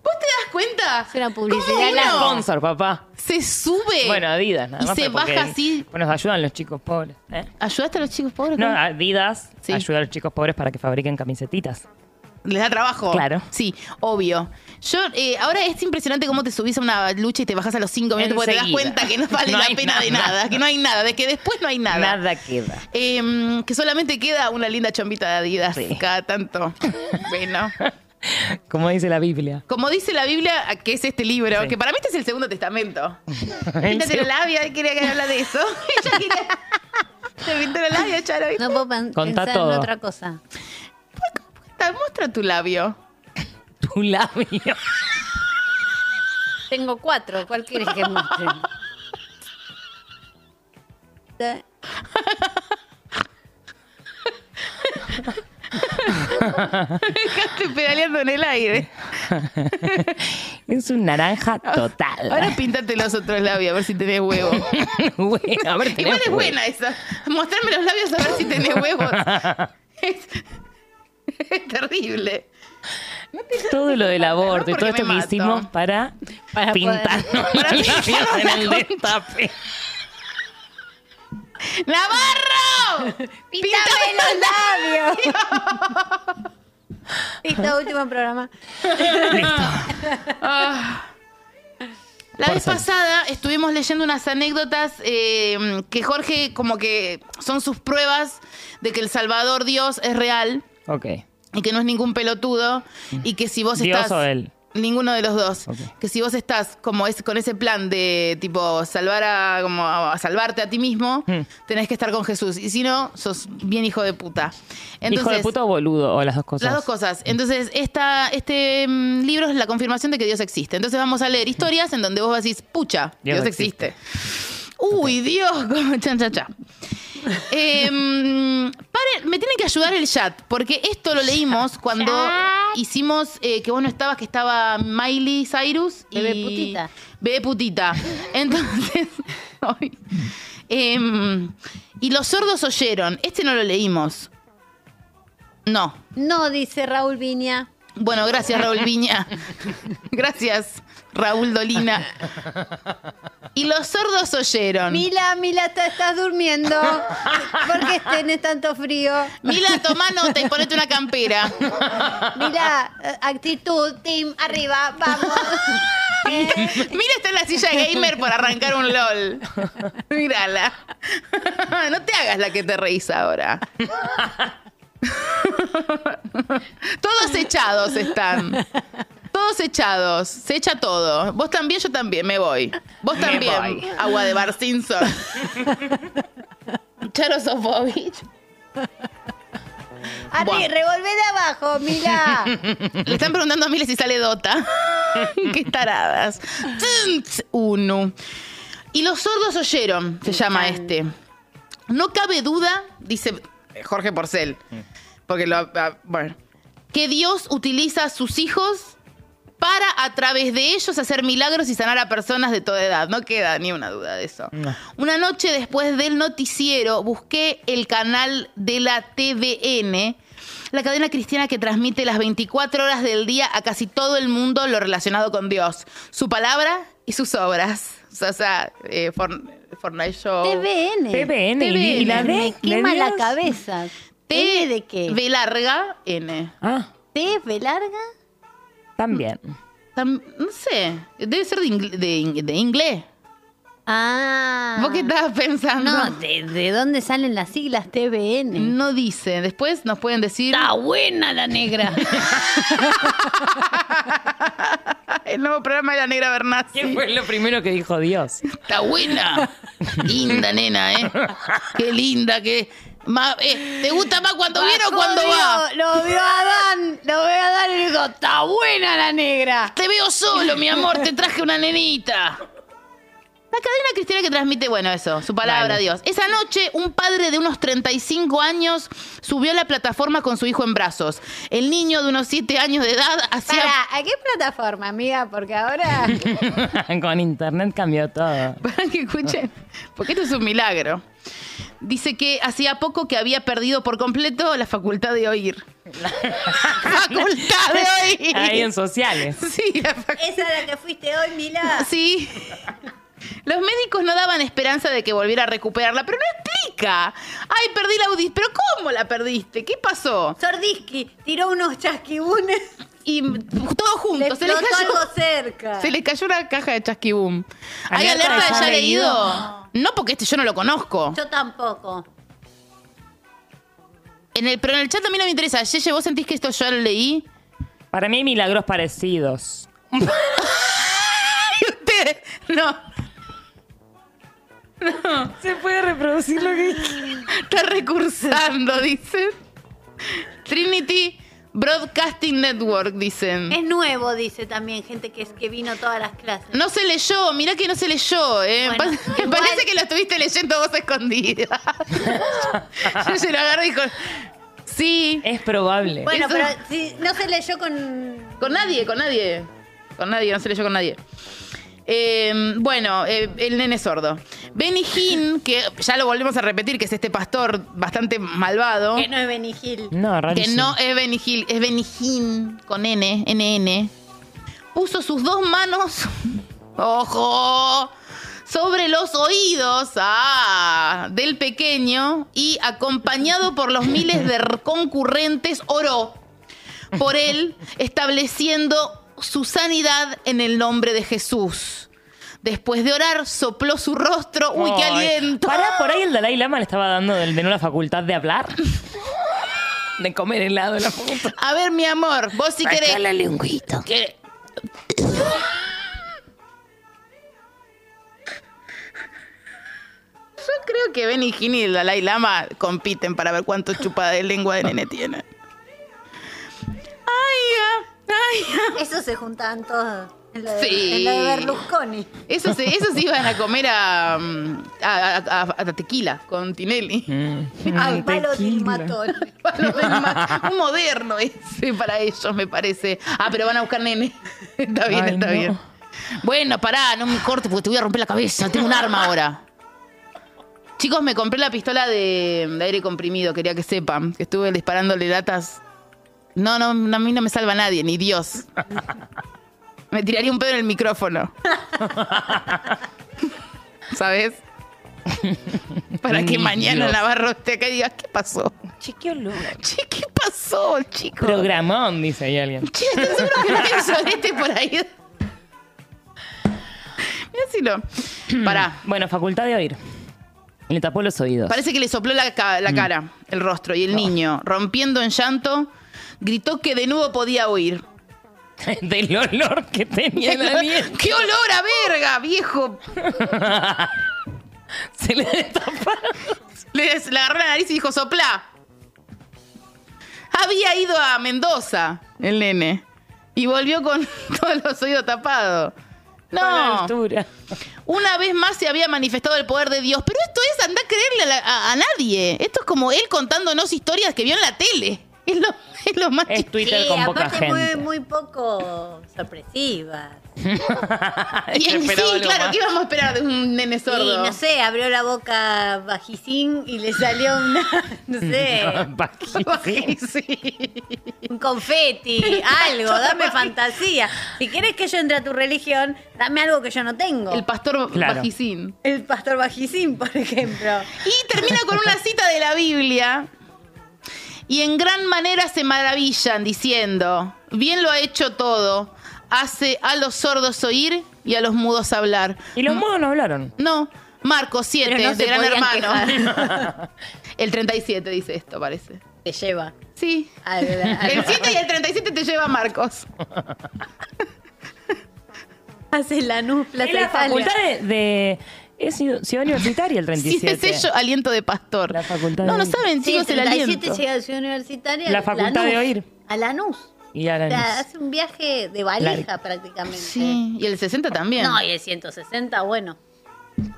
¿Vos te das cuenta? Es una publicidad ¿Cómo uno larga. Sponsor, papá. Se sube. Bueno, Adidas, nada Y más, se pero porque- baja así. Bueno, nos ayudan los chicos pobres. ¿eh? ¿Ayudaste a los chicos pobres? No, con- Adidas Sí. ayuda a los chicos pobres para que fabriquen camisetitas. Les da trabajo. Claro. Sí, obvio. Yo, eh, ahora es impresionante cómo te subís a una lucha y te bajas a los cinco minutos porque te das Enseguida. cuenta que no vale No la hay pena de nada. nada, que no hay nada, de que después no hay nada. Nada queda. Em, que solamente queda una linda chombita de Adidas Sí. cada tanto. bueno. Como dice la Biblia. Como dice la Biblia, que es este libro, Sí. que para mí este es el segundo testamento. El Píntate cielo- los labios, él quería que habla de eso. Ella quería. Te pintó los labios, Charo. No puedo pen- Contá pensar todo. en otra cosa. Ta, Muestra tu labio. tu labio. Tengo cuatro, ¿cuál quieres que muestre? Ta- Dejaste pedaleando en el aire. Es un naranja total. Ahora píntate los otros labios, a ver si tenés huevo. Bueno, a ver, Igual tenemos- es buena esa. Mostrarme los labios a ver si tenés huevos. Es, es terrible. Todo lo del aborto y Porque todo esto que me mato. hicimos para, Para pintarnos Para los labios pintarnos en la el concha. destape. ¡Navarro! ¡Píntame los labios! Listo, último programa. La Por vez favor. pasada estuvimos leyendo unas anécdotas eh, que Jorge como que son sus pruebas de que el Salvador Dios es real Ok. y que no es ningún pelotudo y que si vos Dios estás... o él. Ninguno de los dos. Ok. Que si vos estás como es, con ese plan de tipo salvar a, como a- a salvarte a ti mismo, Mm. tenés que estar con Jesús. Y si no, sos bien hijo de puta. Entonces, Hijo de puta o boludo, o las dos cosas. las dos cosas. Entonces, esta, este mm, libro es la confirmación de que Dios existe. Entonces vamos a leer historias en donde vos decís, pucha, Dios, Dios existe. existe. Uy, Dios, como chan, chan, chan. Em, paren, me tienen que ayudar el chat, porque esto lo leímos cuando Chat. hicimos eh, que vos no estabas, que estaba Miley Cyrus. y- Bebé putita. Bebé putita. Entonces, ay. Em, y los sordos oyeron. Este no lo leímos. No, No, dice Raúl Viña. bueno, gracias Raúl Viña. Gracias Raúl Dolina. Y los sordos oyeron. Mila, Mila, te estás durmiendo. ¿Por qué tenés tanto frío? Mila, tomá nota y ponete una campera. Mira, eh, actitud, team, arriba, vamos. Eh, Mira, está en la silla gamer por arrancar un LOL. Mírala. No te hagas la que te reís ahora. Todos echados están. Todos echados. Se echa todo. Vos también, yo también. Me voy. Vos Me también. voy. Agua de Bar Simpson. Charo Sofovich. Arri, Bueno. revolver abajo, Mila. Le están preguntando a Miles si sale Dota. Qué taradas. Tsunt, Uno. Y los sordos oyeron, se llama este. No cabe duda, dice eh, Jorge Porcel, porque lo. ah, Bueno. Que Dios utiliza a sus hijos para a través de ellos hacer milagros y sanar a personas de toda edad. No queda ni una duda de eso. No. Una noche después del noticiero busqué el canal de la TVN la cadena cristiana que transmite las 24 horas del día a casi todo el mundo lo relacionado con Dios, su palabra y sus obras. O sea, o sea, eh, For- Fortnite Show. TVN. TVN, y- y la D, Me quema de la Dios. cabeza. T ¿Eh? ¿T de qué? V larga N. Ah, ¿T de larga? también. Tam- no sé, debe ser de, ingle- de in- de inglés. Ah. ¿Vos qué estabas pensando? No, ¿de, de dónde salen las siglas TVN? No dice. Después nos pueden decir. Está buena la negra. El nuevo programa de la Negra Bernassi. ¿Qué fue lo primero que dijo Dios? Está buena. linda, nena, ¿eh? Qué linda que. Ma- eh, ¿Te gusta más cuando viene o cuando va? Lo vio Adán, lo vio Adán y dijo, está buena la negra. Te veo solo, mi amor, te traje una nenita. La cadena cristiana que transmite, bueno, eso, su palabra, Bueno. Dios. Esa noche, un padre de unos 35 años subió a la plataforma con su hijo en brazos. El niño de unos 7 años de edad hacía... Para, ¿a qué plataforma, amiga? Porque ahora... Con internet cambió todo. Para que escuchen, porque esto es un milagro. Dice que hacía poco que había perdido por completo la facultad de oír. facultad de oír. Ahí en sociales. Sí, la facultad. Esa es la que fuiste hoy, Milá. Sí. Los médicos no daban esperanza de que volviera a recuperarla, pero no explica. Ay, perdí la audición. ¿Pero cómo la perdiste? ¿Qué pasó? Sordiski tiró unos chasquibunes. Y todos Le juntos. Se les explotó cayó, algo cerca. se les cayó una caja de chasquibum. ¿Hay ¿Alerta de alerta de ya ya leído? leído? No, porque este yo no lo conozco. Yo tampoco. En el, pero en el chat también no me interesa. Yeye, ¿vos sentís que esto yo lo leí? Para mí hay milagros parecidos. Y ustedes, no, ¿Se puede reproducir lo que está recursando, dicen. Trinity Broadcasting Network, dicen. Es nuevo, dice también gente que, es, que vino todas las clases. No se leyó, mirá que no se leyó, ¿eh? Bueno, Pa- me igual- parece que lo estuviste leyendo vos escondida. Yo se lo agarré y dijo, sí, Es probable. Bueno, eso- pero si no se leyó con... con nadie, con nadie. Con nadie, no se leyó con nadie. Eh, bueno, eh, el nene sordo. Benny Hinn, que ya lo volvemos a repetir, que es este pastor bastante malvado. Eh, Que no es Benigil. No, Que rarísimo. no es Benny Hill, es Benny Hinn, con N, NN. Puso sus dos manos, ojo, sobre los oídos ah, del pequeño y acompañado por los miles de r- concurrentes, oró por él, estableciendo su sanidad en el nombre de Jesús. Después de orar, sopló su rostro. ¡Uy, qué Ay, aliento! Pará, por ahí el Dalai Lama le estaba dando del menú la facultad de hablar. De comer helado en la facultad. A ver, mi amor, vos si querés. la lengüita. Yo creo que Benny Hinn y el Dalai Lama compiten para ver cuánto chupa de lengua de nene tiene. Ay, ah, ay. ah. Eso se juntaban todos. En la de, Sí. en la de Berlusconi. Eso se, eso se iban a comer a, mm, a, a- a- a tequila con Tinelli. Al palo de tequila. matón. Palo del ma- Un moderno ese para ellos, me parece. Ah, pero van a buscar nene. Está bien, Ay, está no. bien. Bueno, pará, no me corte porque te voy a romper la cabeza. Tengo un arma ahora. Chicos, me compré la pistola de, de aire comprimido, quería que sepan. Que estuve disparándole latas. No, no, no, a mí no me salva nadie, ni Dios. Me tiraría un pedo en el micrófono. ¿Sabes? Para Ni que mañana Dios. Navarro esté acá y diga, ¿qué pasó? Che, ¿qué pasó, chico? Programón, dice ahí alguien. Che, ¿estás seguro que no hay un sorete por ahí? Mira si lo. Pará. Bueno, facultad de oír. Le tapó los oídos. Parece que le sopló la, ca- Mm. la cara, el rostro, y el niño, rompiendo en llanto, gritó que de nuevo podía oír. Del olor que tenía la nieve. ¡Qué olor a verga, viejo! Se le taparon. Le, le agarró la nariz y dijo, soplá. Había ido a Mendoza, el nene, y volvió con todos los oídos tapados. la No. altura. Una vez más se había manifestado el poder de Dios. Pero esto es andar a creerle a, la- a- a nadie. Esto es como él contándonos historias que vio en la tele. Es lo, es lo más Es chistoso. Twitter Sí, con poca aparte muy, gente. muy poco sorpresiva. Y en- Sí, Esperaba algo claro, más. ¿qué íbamos a esperar de un nene Sí, sordo? no sé, abrió la boca bajicín y le salió una, no sé, Paquín. Sí. un confeti, algo, dame fantasía. Si quieres que yo entre a tu religión, dame algo que yo no tengo. El El, pastor Claro. bajicín. pastor bajicín, por ejemplo. Y termina con una cita de la Biblia. Y en gran manera se maravillan diciendo, bien lo ha hecho todo, hace a los sordos oír y a los mudos hablar. Y los mudos no hablaron. No, Marcos 7, Pero no de se Gran podían Hermano. el 37 dice esto, parece. Te lleva. Sí. al- al- El 7 y el 37 te lleva Marcos. hace la nu, la Es la Taifalia. facultad de, de- es ciud- ciudad universitaria el Sí, 37. el sello aliento de pastor. La facultad no, de- no saben, Sí, chicos, el 37 aliento. llega a Ciudad eh, Universitaria. La facultad de Lanús, oír. A Lanús. Y ahora O sea, nos- hace un viaje de valija Largo. prácticamente. Sí, y el 60 también. No, y el 160, bueno.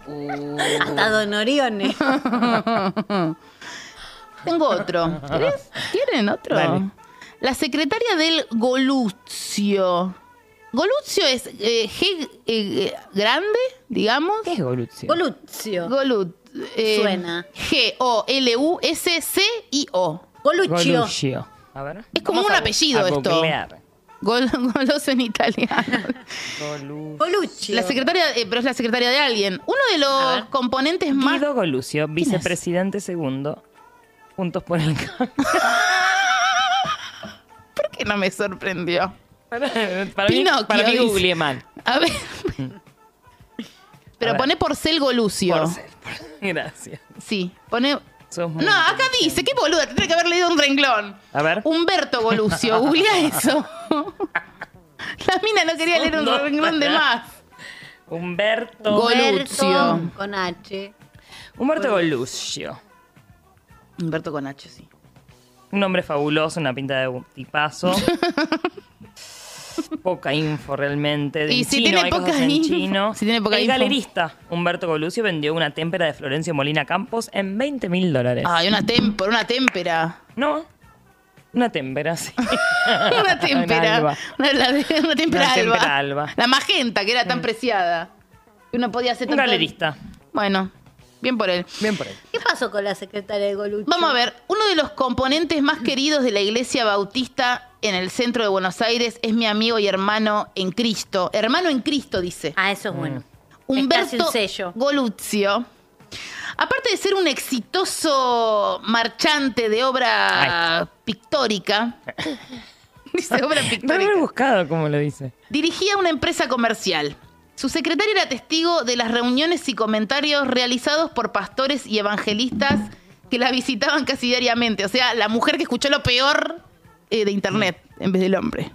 Uh. Hasta Don Orione. Tengo otro. ¿Querés? ¿Quieren otro? Dale. La secretaria del Goluzio. Goluzio es eh, G eh, grande, digamos. ¿Qué es Goluzio? Goluzio. Golut. eh, Suena. G-O-L-U-S-C-I-O. Goluccio. Goluzio. A ver. Es como Vamos un a- apellido a esto. googlear. Gol- goloso en italiano. Golu- Goluccio. la secretaria, eh, pero es la secretaria de alguien. Uno de A los ver. componentes más. Guido Golucio, vicepresidente segundo. Juntos por el cambio. ¿Por qué no me sorprendió? Para, para mí, Pinocchio, para mí dice. googleé mal. A ver. Pero ver. pone porcel Golucio. Por ser. Gracias. Sí, pone. Sos muy No, acá inteligente. dice, qué boluda, tendría que haber leído un renglón. A ver. Humberto Golucio, googlea eso. La mina no quería leer un No, renglón de pará. más. Humberto. Gol- Berto, Goluccio. Con H. Humberto Golucio. Humberto con H, sí. Un hombre fabuloso, una pinta de tipazo. poca info realmente. de Y en si chino, tiene hay cosas poca en info- chino. si tiene poca El info. galerista Humberto Golucio vendió una témpera de Florencio Molina Campos en 20 mil dólares. Ay, Ah, una témpera, una témpera. No, una témpera, sí. Una témpera. alba. Una, la de- una témpera Una alba. témpera alba. Mm. La magenta, que era tan preciada. Que uno podía hacer Un tanto- galerista. Bueno, bien por él. Bien por él. ¿Qué pasó con la secretaria de Goluccio? Vamos a ver, uno de los componentes más queridos de la iglesia bautista en el centro de Buenos Aires es mi amigo y hermano en Cristo. Hermano en Cristo, dice. Ah, eso es bueno. Es casi Humberto un sello. Goluzio. Aparte de ser un exitoso marchante de obra pictórica, dice obra Re pictórica, bien buscado, como lo dice. dirigía una empresa comercial. Su secretario era testigo de las reuniones y comentarios realizados por pastores y evangelistas que la visitaban casi diariamente. O sea, la mujer que escuchó lo peor eh, de internet en vez del hombre.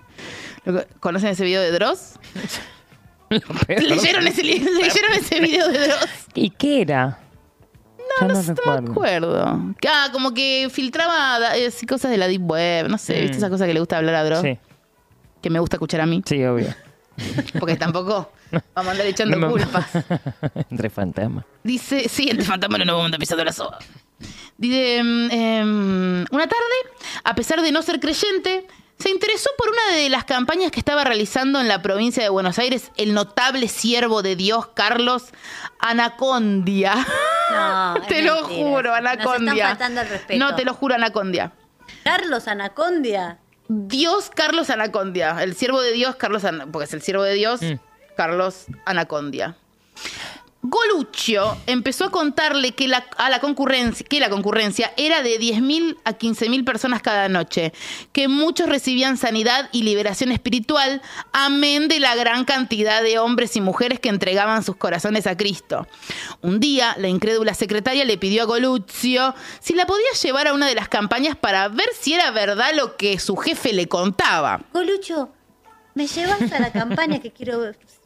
Lo que- ¿Conocen ese video de Dross? ¿Leyeron ese, li- ¿Leyeron ese video de Dross? ¿Y qué era? No, no, recuerdo. me acuerdo. Que, Ah, como que filtraba da- eh, sí, cosas de la Deep Web, no sé, Mm. ¿viste esa cosa que le gusta hablar a Dross? Sí, Que me gusta escuchar a mí, sí, obvio. porque tampoco vamos a andar echando No me- culpas. Entre fantasmas. Dice, sí, el fantasma no nos vamos a andar pisando la soga. Dice, mm, em, una tarde, a pesar de no ser creyente, se interesó por una de las campañas que estaba realizando en la provincia de Buenos Aires el notable siervo de Dios Carlos Anacondia. No, es te lo mentira. juro, Nos Anacondia. están faltando el respeto. No, te lo juro, Anacondia. Carlos Anacondia. Dios Carlos Anacondia. El siervo de Dios Carlos Ana- porque es el siervo de Dios Mm. Carlos Anacondia. Goluccio empezó a contarle que la, a la concurrencia, que la concurrencia era de 10.000 a 15.000 personas cada noche, que muchos recibían sanidad y liberación espiritual, amén de la gran cantidad de hombres y mujeres que entregaban sus corazones a Cristo. Un día, la incrédula secretaria le pidió a Goluccio si la podía llevar a una de las campañas para ver si era verdad lo que su jefe le contaba. Golucho, ¿me llevas a la campaña que quiero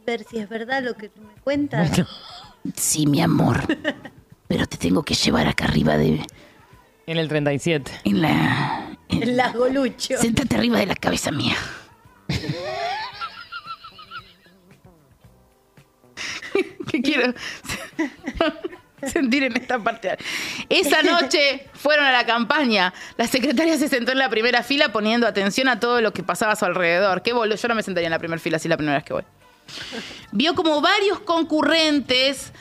ver si es verdad lo que me cuentas? Sí, mi amor. Pero te tengo que llevar acá arriba de. En el 37. En la. en- Las Golucho. sentate arriba de la cabeza mía. ¿Qué quiero? sentir en esta parte. Esa noche fueron a la campaña. La secretaria se sentó en la primera fila poniendo atención a todo lo que pasaba a su alrededor. Qué boludo, yo no me sentaría en la primera fila si es la primera vez que voy. Vio como varios concurrentes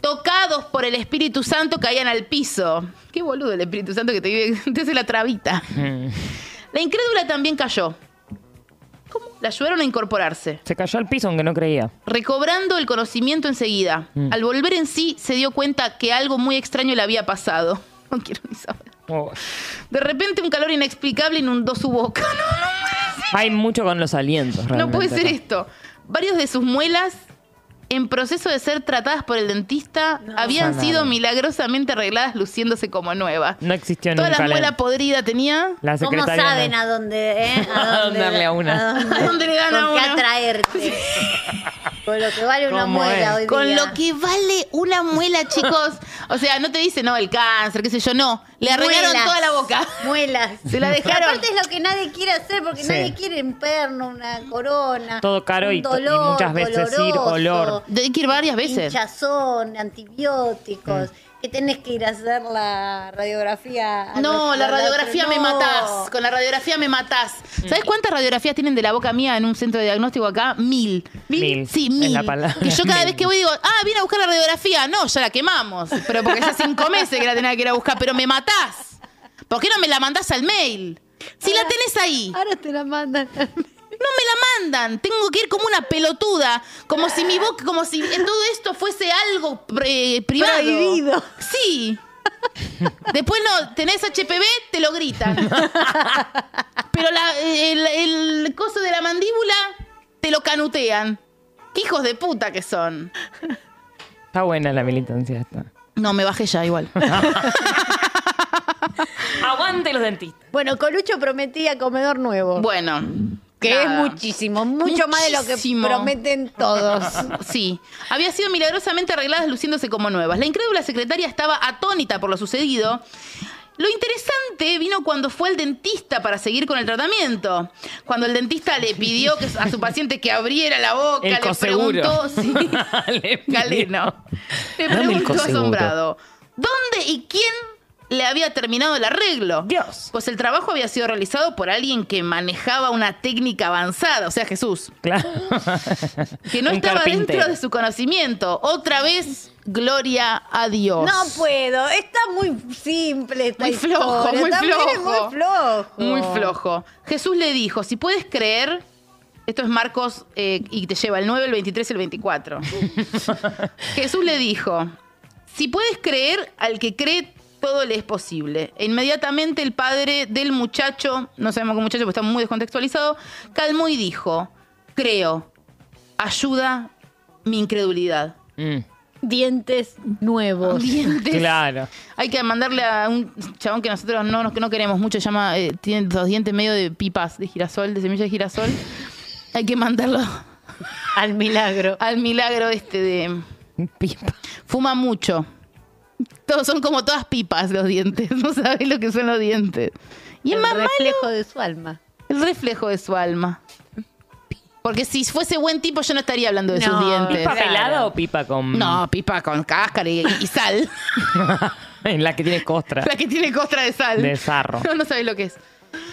tocados por el Espíritu Santo caían al piso. Qué boludo el Espíritu Santo que te vive desde la trabita. Mm. La incrédula también cayó. ¿Cómo? La ayudaron a incorporarse. Se cayó al piso aunque no creía. Recobrando el conocimiento enseguida. Al volver en sí, se dio cuenta que algo muy extraño le había pasado. No quiero ni saber. Oh. De repente, un calor inexplicable inundó su boca. No, no puede ser. Hay mucho con los alientos. No realmente puede ser acá. esto. Varios de sus muelas, en proceso de ser tratadas por el dentista, habían Sanaron. sido milagrosamente arregladas luciéndose como nuevas. No existió Toda nunca la la- muela podrida tenía. La ¿Cómo secretaria. no. saben a dónde, eh? A dónde darle a una. ¿A dónde le dan con a qué una? atraerte. Con lo que vale una ¿Cómo muela es? hoy Con día. lo que vale una muela, chicos. O sea, no te dice, no, el cáncer, qué sé yo, no. Le arreglaron Muelas. toda la boca. Muelas. Se la Pero dejaron. aparte es lo que nadie quiere hacer porque Sí. nadie quiere un perno, una corona. Todo caro un y- y muchas veces ir doloroso, olor. Hay que ir varias veces. Hinchazón, antibióticos. Mm. Que tenés que ir a hacer la radiografía. a No, nuestro la radiografía me no. matás. Con la radiografía me matás. Mm. ¿Sabes cuántas radiografías tienen de la boca mía en un centro de diagnóstico acá? Mil. Mil, Sí, es mil. la palabra. Que yo cada Mil. vez que voy digo, ah, vine a buscar la radiografía. No, ya la quemamos. Pero porque hace cinco meses que la tenía que ir a buscar. Pero me matás. ¿Por qué no me la mandás al mail? Si la tenés ahí. Ahora te la mandan. No me la mandan. Tengo que ir como una pelotuda. Como si mi boca, como si todo esto fuese algo eh, privado. Prohibido. Sí. Después no, tenés HPV, te lo gritan. Pero la- el, el coso de la mandíbula, te lo canutean. Qué hijos de puta que son. Está buena la militancia esta. No, me bajé ya igual. Aguante los dentistas. Bueno, Colucho prometía comedor nuevo. Bueno. que nada. es muchísimo, mucho más de lo que Muchísimo. prometen todos. Sí, había sido milagrosamente arregladas luciéndose como nuevas. La incrédula secretaria estaba atónita por lo sucedido. Lo interesante vino cuando fue al dentista para seguir con el tratamiento. Cuando el dentista le pidió que- a su paciente que abriera la boca, El le coseguro. preguntó si... Le pidió. Galeno. Le Dame el preguntó coseguro. asombrado, ¿dónde y quién le había terminado el arreglo? Dios. Pues el trabajo había sido realizado por alguien que manejaba una técnica avanzada, o sea, Jesús Claro. que no Un estaba carpintero. dentro de su conocimiento. Otra vez, gloria a Dios. No puedo, está muy simple esta Muy flojo, historia, muy también es flojo. muy flojo. Muy flojo. Jesús le dijo, si puedes creer, esto es Marcos eh, y te lleva el 9, el 23 y el 24. Jesús le dijo, si puedes creer, al que cree, todo le es posible. E inmediatamente el padre del muchacho, no sabemos qué muchacho porque está muy descontextualizado, calmó y dijo, creo, ayuda mi incredulidad. Mm, Dientes nuevos. Dientes. claro. Hay que mandarle a un chabón que nosotros no, no, no queremos mucho, se llama, eh, tiene los dientes medio de pipas de girasol, de semilla de girasol. Hay que mandarlo Al milagro. al milagro este de... Pipa. Fuma mucho. Todos son como todas pipas los dientes, no sabés lo que son los dientes. Y es El más malo reflejo de su alma. el reflejo de su alma. Porque si fuese buen tipo yo no estaría hablando de sus No, dientes. ¿Pipa Claro. pelada o pipa con.? No, pipa con cáscara y, y sal. en la que tiene costra. La que tiene costra de sal. De sarro. No, no sabés lo que es.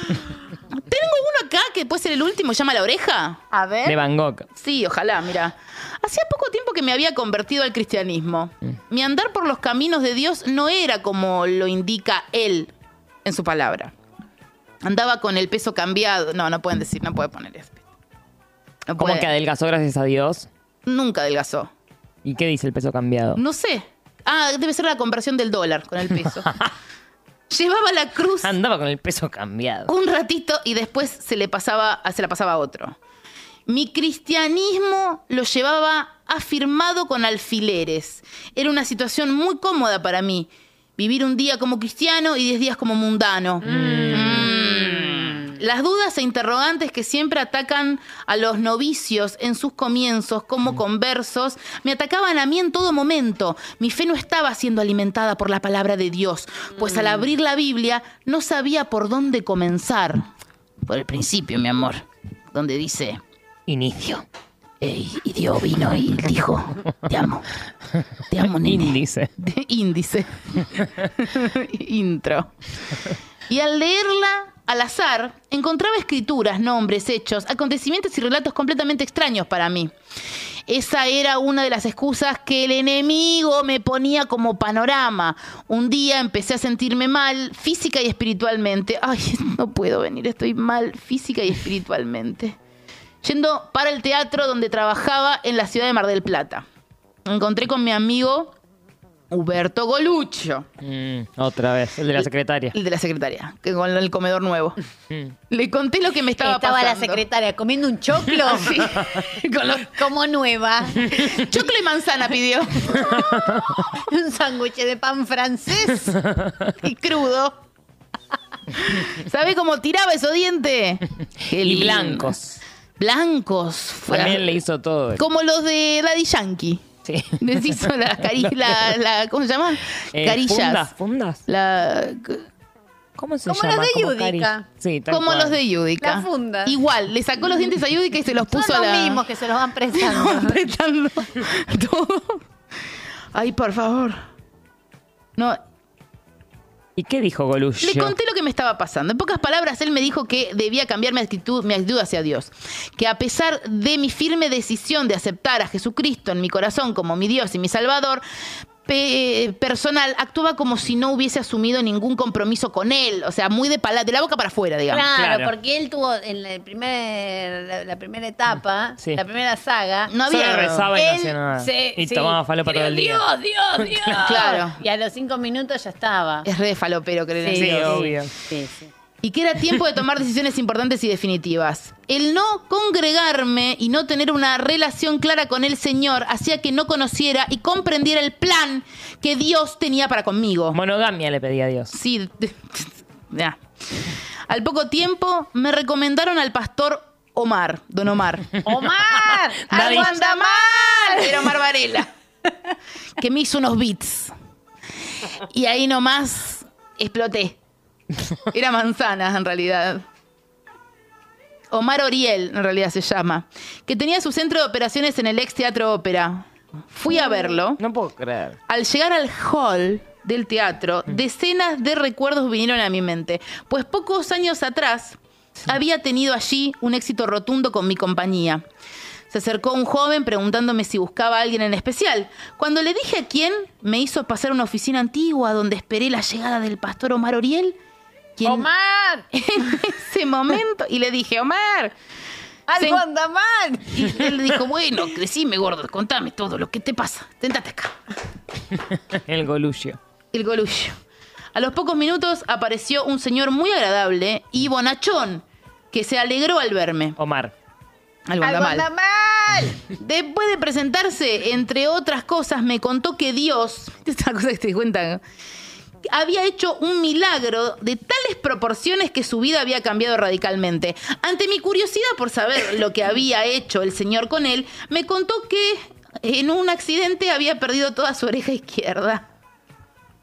Tengo uno acá que puede ser el último, llama La Oreja. A De ver. Van Gogh. Sí, ojalá, mira. Hacía poco tiempo que me había convertido al cristianismo. Mm. Mi andar por los caminos de Dios no era como lo indica Él en su palabra. Andaba con el peso cambiado. No, no pueden decir, no puede poner eso. No Como puede. que adelgazó gracias a Dios. Nunca adelgazó. ¿Y qué dice el peso cambiado? No sé. Ah, debe ser la conversión del dólar con el peso. Llevaba la cruz Andaba con el peso cambiado. un ratito y después se le pasaba, se la pasaba a otro. Mi cristianismo lo llevaba afirmado con alfileres. Era una situación muy cómoda para mí. Vivir un día como cristiano y diez días como mundano. Mm. Las dudas e interrogantes que siempre atacan a los novicios en sus comienzos como conversos me atacaban a mí en todo momento. Mi fe no estaba siendo alimentada por la palabra de Dios, pues al abrir la Biblia no sabía por dónde comenzar. Por el principio, mi amor, donde dice, Inicio. "Ey, y Dios vino y dijo, te amo. Te amo, nene. Índice. Índice. Intro. Y al leerla al azar, encontraba escrituras, nombres, hechos, acontecimientos y relatos completamente extraños para mí. Esa era una de las excusas que el enemigo me ponía como panorama. Un día empecé a sentirme mal física y espiritualmente. Ay, no puedo venir, estoy mal física y espiritualmente. Yendo para el teatro donde trabajaba en la ciudad de Mar del Plata. Me encontré con mi amigo Huberto Golucho. Mm, otra vez, el de la secretaria. El de la secretaria, que con el comedor nuevo. Mm. Le conté lo que me estaba, Estaba la pasando. secretaria comiendo un choclo Sí, con los- como nueva. Choclo y manzana pidió. Un sándwich de pan francés Y crudo. ¿Sabe cómo tiraba esos dientes? Qué Y lindo. blancos. Blancos. Fue- También le hizo todo. Como los de Daddy Yankee. Sí. Les hizo las carillas. La, la- ¿Cómo se llama? Eh, Carillas. Fundas, fundas. La- ¿Cómo se Como llama? los de Como cari- Yudica. Sí, tal como cual. los de Yudica. La funda. Igual, le sacó los dientes a Yudica y se los son puso los a la. mismos que se los van prestando. apretando todo. Ay, por favor. No, ¿Y qué dijo Golucho? Le conté lo que me estaba pasando. En pocas palabras, él me dijo que debía cambiar mi actitud, mi actitud hacia Dios. Que a pesar de mi firme decisión de aceptar a Jesucristo en mi corazón como mi Dios y mi Salvador, pe- personal, actuaba como si no hubiese asumido ningún compromiso con él. O sea, muy de, pala- de la boca para afuera, digamos. Claro, Claro. porque él tuvo en la, primer, la, la primera etapa, Sí. la primera saga. No había- Solo rezaba y no él hacía nada. se- y sí, tomaba falopa pero todo el día. Dios, Dios, Dios. Claro. Y a los cinco minutos ya estaba. Es re de falopero, creo. Sí, obvio. Sí, sí. y que era tiempo de tomar decisiones importantes y definitivas. El no congregarme y no tener una relación clara con el Señor hacía que no conociera y comprendiera el plan que Dios tenía para conmigo. Monogamia le pedía a Dios. Sí, de- ya. Al poco tiempo me recomendaron al pastor Omar, don Omar. ¡Omar! ¡Algo Nadie- anda mal! Era Omar Varela, que me hizo unos beats. Y ahí nomás exploté. Era manzanas en realidad. Omar Oriel, en realidad se llama, que tenía su centro de operaciones en el ex Teatro Ópera. Fui Mm. a verlo. No puedo creer. Al llegar al hall del teatro, decenas de recuerdos vinieron a mi mente, pues pocos años atrás había tenido allí un éxito rotundo con mi compañía. Se acercó un joven preguntándome si buscaba a alguien en especial. Cuando le dije a quién, me hizo pasar a una oficina antigua donde esperé la llegada del pastor Omar Oriel, quien ¡Omar! en ese momento, y le dije, Omar, ¡Algo Se- anda mal! y él le dijo, bueno, decime gordo, contame todo lo que te pasa, sentate acá. El Golucho. El Golucho. A los pocos minutos apareció un señor muy agradable y bonachón que se alegró al verme. Omar. Algo anda ¡Algo mal. anda mal! Después de presentarse, entre otras cosas, me contó que Dios, esta cosa que te cuentan, había hecho un milagro de tales proporciones que su vida había cambiado radicalmente. Ante mi curiosidad por saber lo que había hecho el señor con él, me contó que en un accidente había perdido toda su oreja izquierda.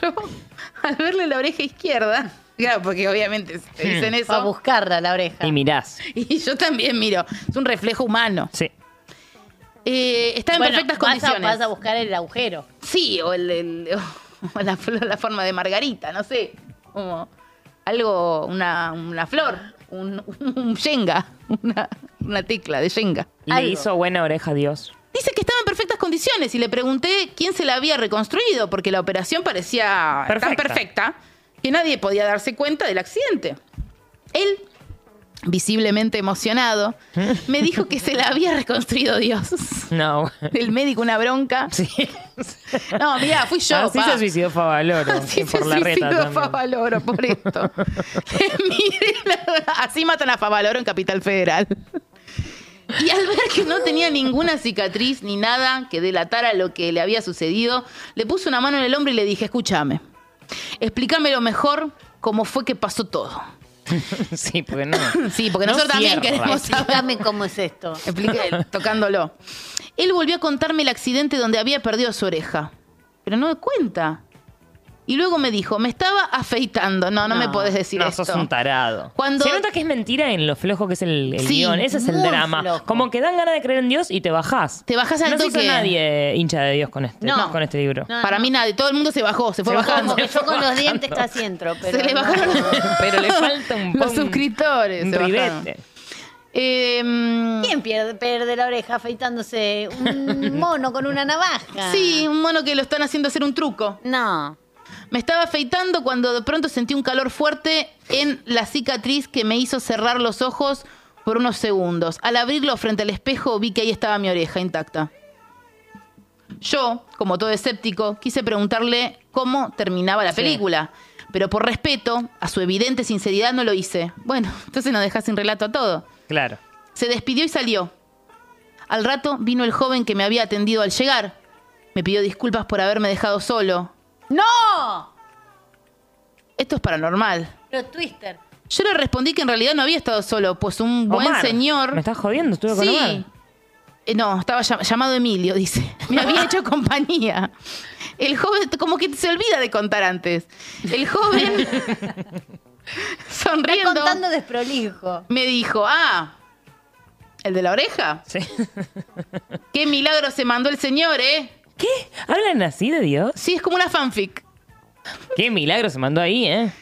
Yo, al verle la oreja izquierda, claro, porque obviamente si te dicen Fue a eso, buscarla la oreja. Y mirás. y yo también miro, es un reflejo humano. Sí. Eh, está en Bueno, perfectas vas a- condiciones. Vas a buscar el agujero. Sí, o, el- el- o la, flor- la forma de margarita, no sé. Como algo, una, una flor, un, un yenga, una, una tecla de yenga. Le Algo. hizo buena oreja a Dios. Dice que estaba en perfectas condiciones y le pregunté quién se la había reconstruido porque la operación parecía tan Perfecta. perfecta que nadie podía darse cuenta del accidente. Él, visiblemente emocionado, me dijo que se la había reconstruido Dios. No. El médico, una bronca. Sí. No, mirá, fui yo. Así pa. se suicidó Favaloro. Así que se por la reta suicidó también. Favaloro por esto. Mire, la- así matan a Favaloro en Capital Federal. Y al ver que no tenía ninguna cicatriz ni nada que delatara lo que le había sucedido, le puse una mano en el hombro y le dije, escúchame, explícame lo mejor cómo fue que pasó todo. Sí, porque no. Sí, porque No nosotros también cierra. queremos saber. Explícame cómo es esto. Expliqué, tocándolo. Él volvió a contarme el accidente donde había perdido su oreja. Pero no me cuenta. Y luego me dijo, me estaba afeitando. No, no, me podés decir no, esto. sos un tarado. Cuando- Se nota que es mentira en lo flojo que es el, el Sí, guión. Ese es el muy drama. flojo. Como que dan ganas de creer en Dios y te bajás. Te bajás al No se hizo toque. nadie hincha de Dios con este, No. con este libro. No, Para mí nadie, todo el mundo se bajó, se fue Se bajó bajando. Como que Se yo fue con los bajando. dientes casi entro, pero. se le no. bajaron Pero le falta un los pon- suscriptores. Un se bajaron. ribete. Eh, ¿Quién pierde, pierde la oreja afeitándose un mono con una navaja? sí, un mono que lo están haciendo hacer un truco. No. Me estaba afeitando cuando de pronto sentí un calor fuerte en la cicatriz que me hizo cerrar los ojos por unos segundos. Al abrirlo frente al espejo vi que ahí estaba mi oreja intacta. Yo, como todo escéptico, quise preguntarle cómo terminaba la película, pero por respeto a su evidente sinceridad no lo hice. Bueno, entonces nos dejás sin relato a todo. Claro. Se despidió y salió. Al rato vino el joven que me había atendido al llegar. Me pidió disculpas por haberme dejado solo. ¡No! Esto es paranormal. Pero Twister. Yo le respondí que en realidad no había estado solo, pues un buen Omar, señor. Me estás jodiendo, estuve con Omar. sí. Eh, No, estaba llam- llamado Emilio, dice. Me había hecho compañía. El joven, como que se olvida de contar antes. El joven, Estás sonriendo, contando desprolijo. me dijo, ah, ¿el de la oreja? Sí. Qué milagro se mandó el señor, ¿eh? ¿Qué? ¿Hablan así de Dios? Sí, es como una fanfic. Qué milagro se mandó ahí, ¿eh?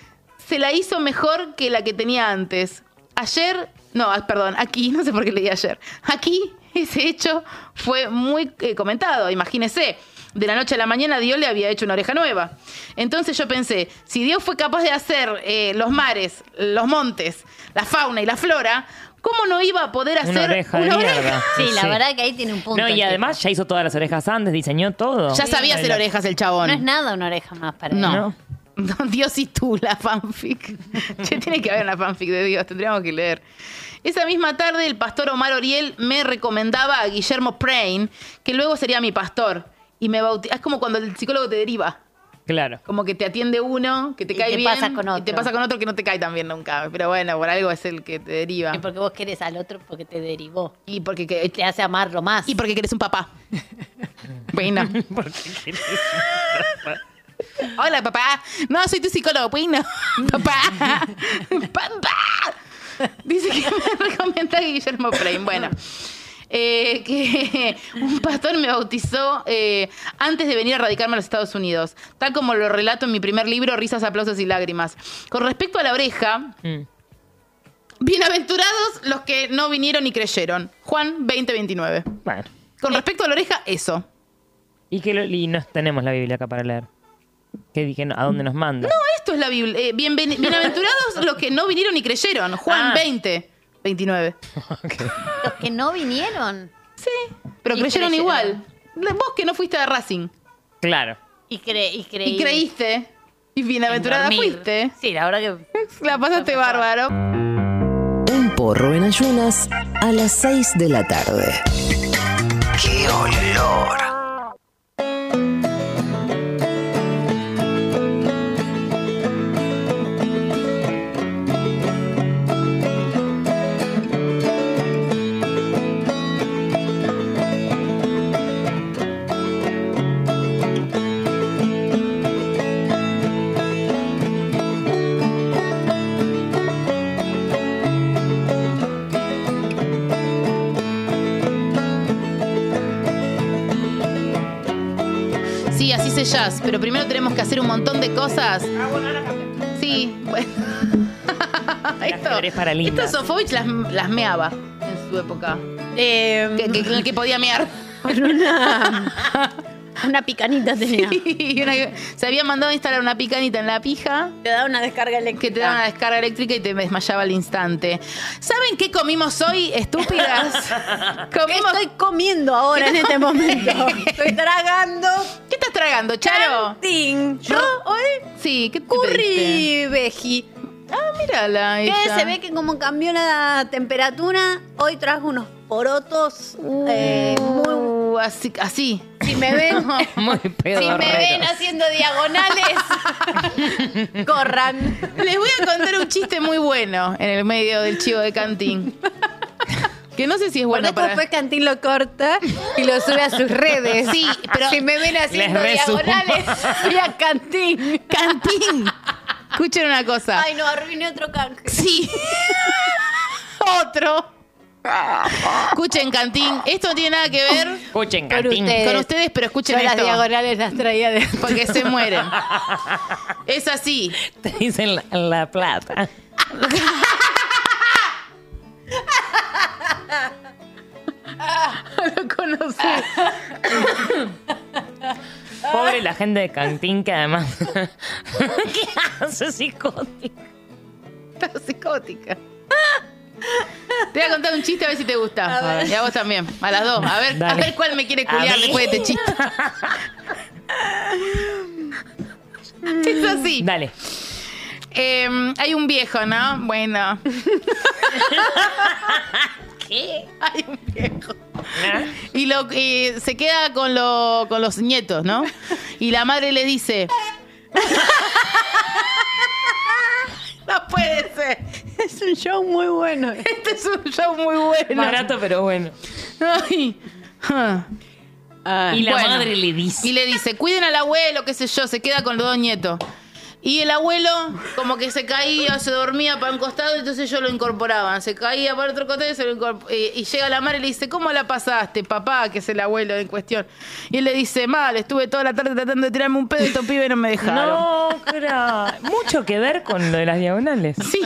se la hizo mejor que la que tenía antes. Ayer, no, ah, perdón, aquí, no sé por qué leí ayer. Aquí ese hecho fue muy eh, comentado, imagínese. De la noche a la mañana Dios le había hecho una oreja nueva. Entonces yo pensé, si Dios fue capaz de hacer eh, los mares, los montes, la fauna y la flora, ¿cómo no iba a poder hacer Una oreja de mierda. Sí, la verdad que ahí tiene un punto. No, el y tipo. además ya hizo todas las orejas antes, diseñó todo. Ya sabía hacer orejas el chabón. No es nada una oreja más para él. No. ¿no? No, Dios y tú, la fanfic. che, tiene que haber una fanfic de Dios, tendríamos que leer. Esa misma tarde, el pastor Omar Oriel me recomendaba a Guillermo Prain, que luego sería mi pastor. Y me bautizó. Es como cuando el psicólogo te deriva. Claro. Como que te atiende uno, que te Y cae te bien. pasa con Y te otro. pasa con otro que no te cae tan bien nunca. Pero bueno, por algo es el que te deriva. Y porque vos querés al otro porque te derivó. Y porque, que- Te hace amarlo más. y porque querés un papá. bueno. ¿Por qué querés? Hola, papá. No, soy tu psicólogo. Pues no. Papá. Papá. Dice que me recomienda Guillermo Prem. Bueno. eh, que un pastor me bautizó eh, antes de venir a radicarme a los Estados Unidos, tal como lo relato en mi primer libro, Risas, Aplausos y Lágrimas. Con respecto a la oreja, Mm. bienaventurados los que no vinieron y creyeron. Juan 2029. Bueno. Con respecto a la oreja, eso. Y que lo- y no tenemos la Biblia acá para leer. ¿Qué dije? ¿A dónde nos manda? Esto es la Biblia. Eh, bienveni- bienaventurados los que no vinieron y creyeron. Juan Ah. 20, 29. Los que no vinieron Pero Y creyeron creyeron. igual. La- Vos que no fuiste a Racing Claro. y, cre y creí. y creíste y bienaventurada en dormir. fuiste. Sí, la verdad que. La pasaste bárbaro. Un porro en ayunas a las 6 de la tarde. ¡Qué olor! Sí, así se jazz, pero primero tenemos que hacer un montón de cosas. Ah, Sí, bueno. Esto, flores para lindas. esto Sofovich las, las meaba en su época. eh, Que, que- el que podía mear. Una picanita tenía. Y una- se había mandado a instalar una picanita en la pija. Te da una descarga eléctrica. que te daba una descarga eléctrica y te desmayaba al instante. ¿Saben qué comimos hoy, estúpidas? ¿Qué Comimos- estoy comiendo ahora en este momento? estoy tragando. ¿Qué estás tragando, Charo? cantín. Yo hoy Sí, ¿qué te pediste? curry veggie. Ah, mírala. Que ella. se ve que como cambió la temperatura, hoy trajo unos porotos eh, muy... Uh, así, así. Si me ven, Muy pedo. si me ven haciendo diagonales, corran. Les voy a contar un chiste muy bueno en el medio del chivo de Cantín. Que no sé si es Bueno, bueno esto para... después Cantín lo corta y lo sube a sus redes. Sí, pero- si me ven haciendo Les resumo. diagonales, voy a Cantín. Cantín. Escuchen una cosa. Ay, no, arruiné otro canje. Sí. Otro. Escuchen, Cantín. Esto no tiene nada que ver Escuchen, Por Cantín. ustedes. con ustedes, pero escuchen Yo las esto. diagonales las traía de... Porque se mueren. Es así. Te dicen la, la plata. Lo conocí. Pobre la gente de Cantín que además. ¿Qué hace psicótico? Está psicótica. Te voy a contar un chiste a ver si te gusta. Y a vos también. A las dos. A ver, a Dale. ver cuál me quiere A culiar ver. después de este chiste. Es así. Dale. Eh, hay un viejo, ¿no? Bueno. ¿Qué? Hay un viejo. Y, lo, y se queda con, lo- con los nietos, ¿no? Y la madre le dice... No puede ser. Es un show muy bueno. Este es un show muy bueno. Barato, pero bueno. Ay. Ah. Y la Bueno. madre le dice. Y le dice, cuiden al abuelo, qué sé yo, se queda con los dos nietos. Y el abuelo como que se caía, se dormía para un costado, entonces yo lo incorporaba. Se caía para otro costado y se lo incorporaba. Y llega la madre y le dice, ¿cómo la pasaste, papá? Que es el abuelo en cuestión. Y él le dice, mal, estuve toda la tarde tratando de tirarme un pedo y estos pibes no me dejaron. No, cra. Mucho que ver con lo de las diagonales. Sí,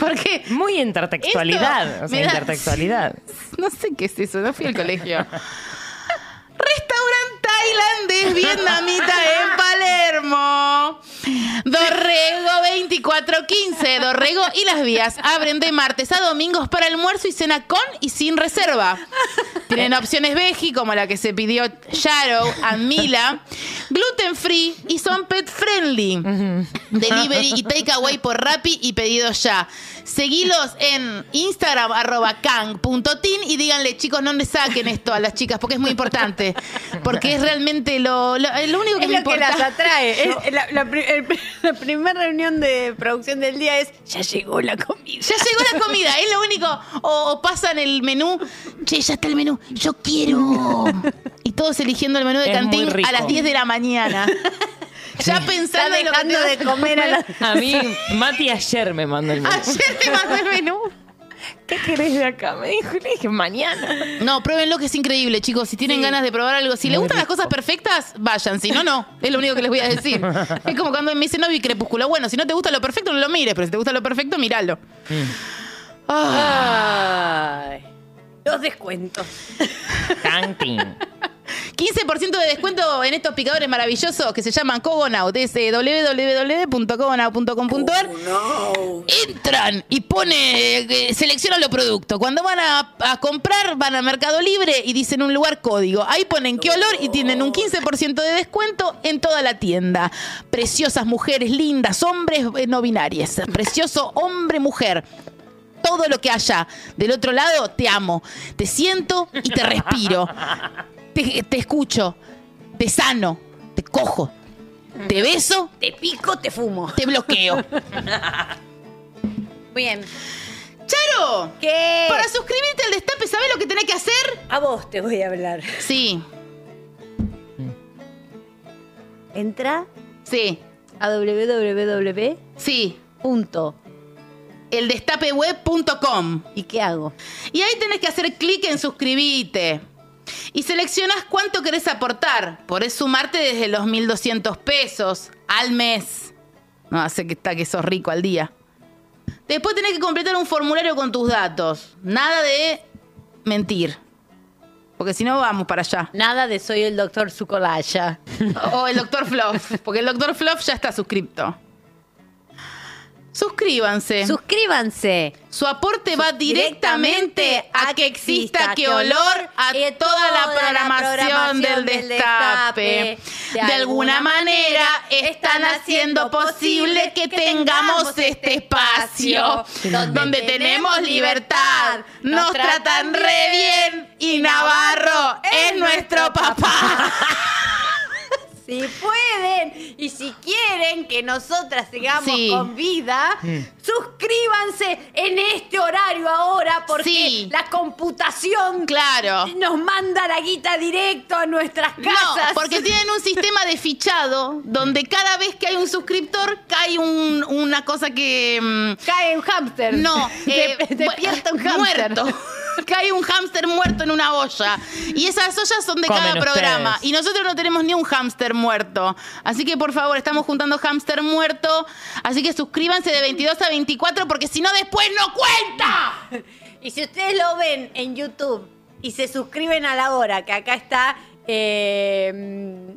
porque Muy intertextualidad. Esto o me sea, da- intertextualidad. no sé qué es eso, no fui al colegio. Restaurante tailandés vietnamita en Palermo. Dorrego 2415. Dorrego y las vías abren de martes a domingos para almuerzo y cena con y sin reserva. Tienen opciones veggie, como la que se pidió Shadow a Mila, gluten free y son pet friendly. Delivery y takeaway por Rappi y pedido ya. Seguilos en Instagram, arroba kang.tin y díganle, chicos, no le saquen esto a las chicas porque es muy importante. Porque es realmente lo, lo- lo único que Es me lo que importa. las atrae. Es- la, la pri- el- la primera reunión de producción del día es ya llegó la comida. Ya llegó la comida, es lo único. O, o pasan el menú. Che, ya está el menú. Yo quiero. Y todos eligiendo el menú de Es muy cantín rico. a las 10 de la mañana. Ya pensando Está en lo que dejando te de vas a comer a la... A mí, Mati ayer me mandó el menú. Ayer te mandó el menú. ¿Qué querés de acá? Me dijo, le dije, mañana. No, pruébenlo que es increíble, chicos. Si tienen ganas de probar algo, si les Muy gustan las rico. cosas perfectas, vayan. Si no, no. Es lo único que les voy a decir. Es como cuando me dicen, no vi crepúsculo. Bueno, si no te gusta lo perfecto, no lo mires. Pero si te gusta lo perfecto, míralo. Mm. Ah. Ay, los descuentos. Cantín. 15% de descuento en estos picadores maravillosos que se llaman Cogonaut. Es eh, www.cogonaut.com.ar. Entran y pone, eh, eh, seleccionan los productos. Cuando van a, a comprar, van a Mercado Libre y dicen un lugar código. Ahí ponen qué olor y tienen un 15% de descuento en toda la tienda. Preciosas mujeres, lindas, hombres eh, no binarias. Precioso hombre, mujer todo lo que haya del otro lado, te amo. Te siento y te respiro. Te, te escucho, te sano, te cojo, te beso, Te pico, te fumo. te bloqueo. Bien. ¡Charo! ¿Qué? Para suscribirte al Destape, ¿sabes lo que tenés que hacer? A vos te voy a hablar. Sí, Entra sí, a www. sí. Punto. Eldestapeweb.com. ¿Y qué hago? Y ahí tenés que hacer clic en suscribirte. Y seleccionás cuánto querés aportar. Podés sumarte desde los 1.200 pesos al mes. No hace que está que sos rico al día. Después tenés que completar un formulario con tus datos. Nada de mentir. Porque si no, vamos para allá. Nada de soy el doctor Zucolaya. O el doctor Fluff. Porque el doctor Fluff ya está suscripto. Suscríbanse. Suscríbanse. Su aporte va directamente a que exista que olor a y toda la programación del destape. De alguna manera están haciendo posible que tengamos este espacio donde tenemos libertad. Nos tratan re bien y Navarro es nuestro papá. Si pueden y si quieren que nosotras sigamos Sí. con vida, suscríbanse en este horario ahora porque Sí. la computación Claro. nos manda la guita directo a nuestras casas. No, porque tienen un sistema de fichado donde cada vez que hay un suscriptor cae un- una cosa que... mm, cae un hámster. No, Te- eh, te mu- despierta un hámster. muerto. Cae un hámster muerto en una olla. Y esas ollas son de Comen cada programa. ustedes. Y nosotros no tenemos ni un hámster muerto. Así que por favor, estamos juntando hámster muerto. Así que suscríbanse de 22 a 24 porque si no después no cuenta. Y si ustedes lo ven en YouTube y se suscriben a la hora, que acá está eh,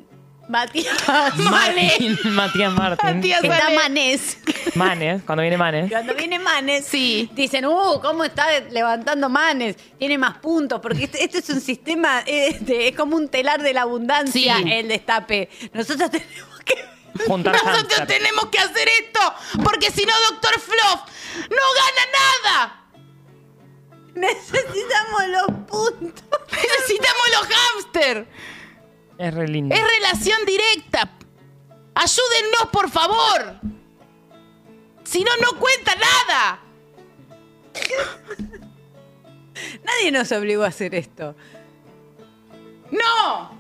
Matías Manes. Martín, Matías Martín. Matías Está Vale. Manes. Manes, cuando viene Manes. Cuando viene Manes, Sí. dicen, uh, ¿cómo está levantando Manes? Tiene más puntos, porque este, este es un sistema, eh, de- es como un telar de la abundancia, Sí. el destape. Nosotros tenemos que... Juntar Nosotros hámster. tenemos que hacer esto porque si no, Doctor Fluff no gana nada. Necesitamos los puntos. Necesitamos los hámster. Es re lindo. Es relación directa. Ayúdennos, por favor. Si no, no cuenta nada. Nadie nos obligó a hacer esto. No.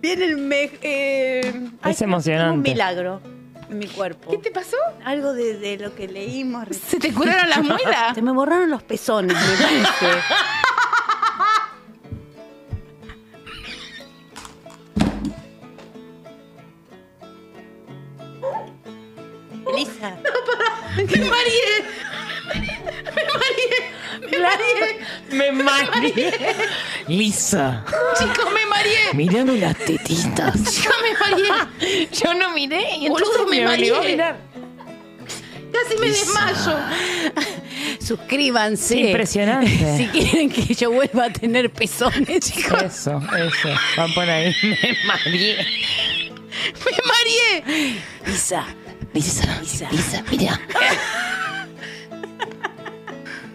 Viene el me- eh, ay, Es emocionante. Un milagro en mi cuerpo. pasó? Algo de, de lo que leímos. ¿Se te curaron las muelas? Se me borraron los pezones, me parece. Elisa, Me mareé. Me mareé. Me Me mareé. mareé. Lisa, Chicos, me mareé. mírame las tetitas. Chicos, me mareé. Yo no miré y Boludo, me obligó a mareé. mirar. Casi me desmayo. suscríbanse. Impresionante. Si quieren que yo vuelva a tener pezones, chicos. Eso, eso. Van por ahí. Me mareé. Me mareé. Elisa, Lisa, Lisa. Lisa, mira.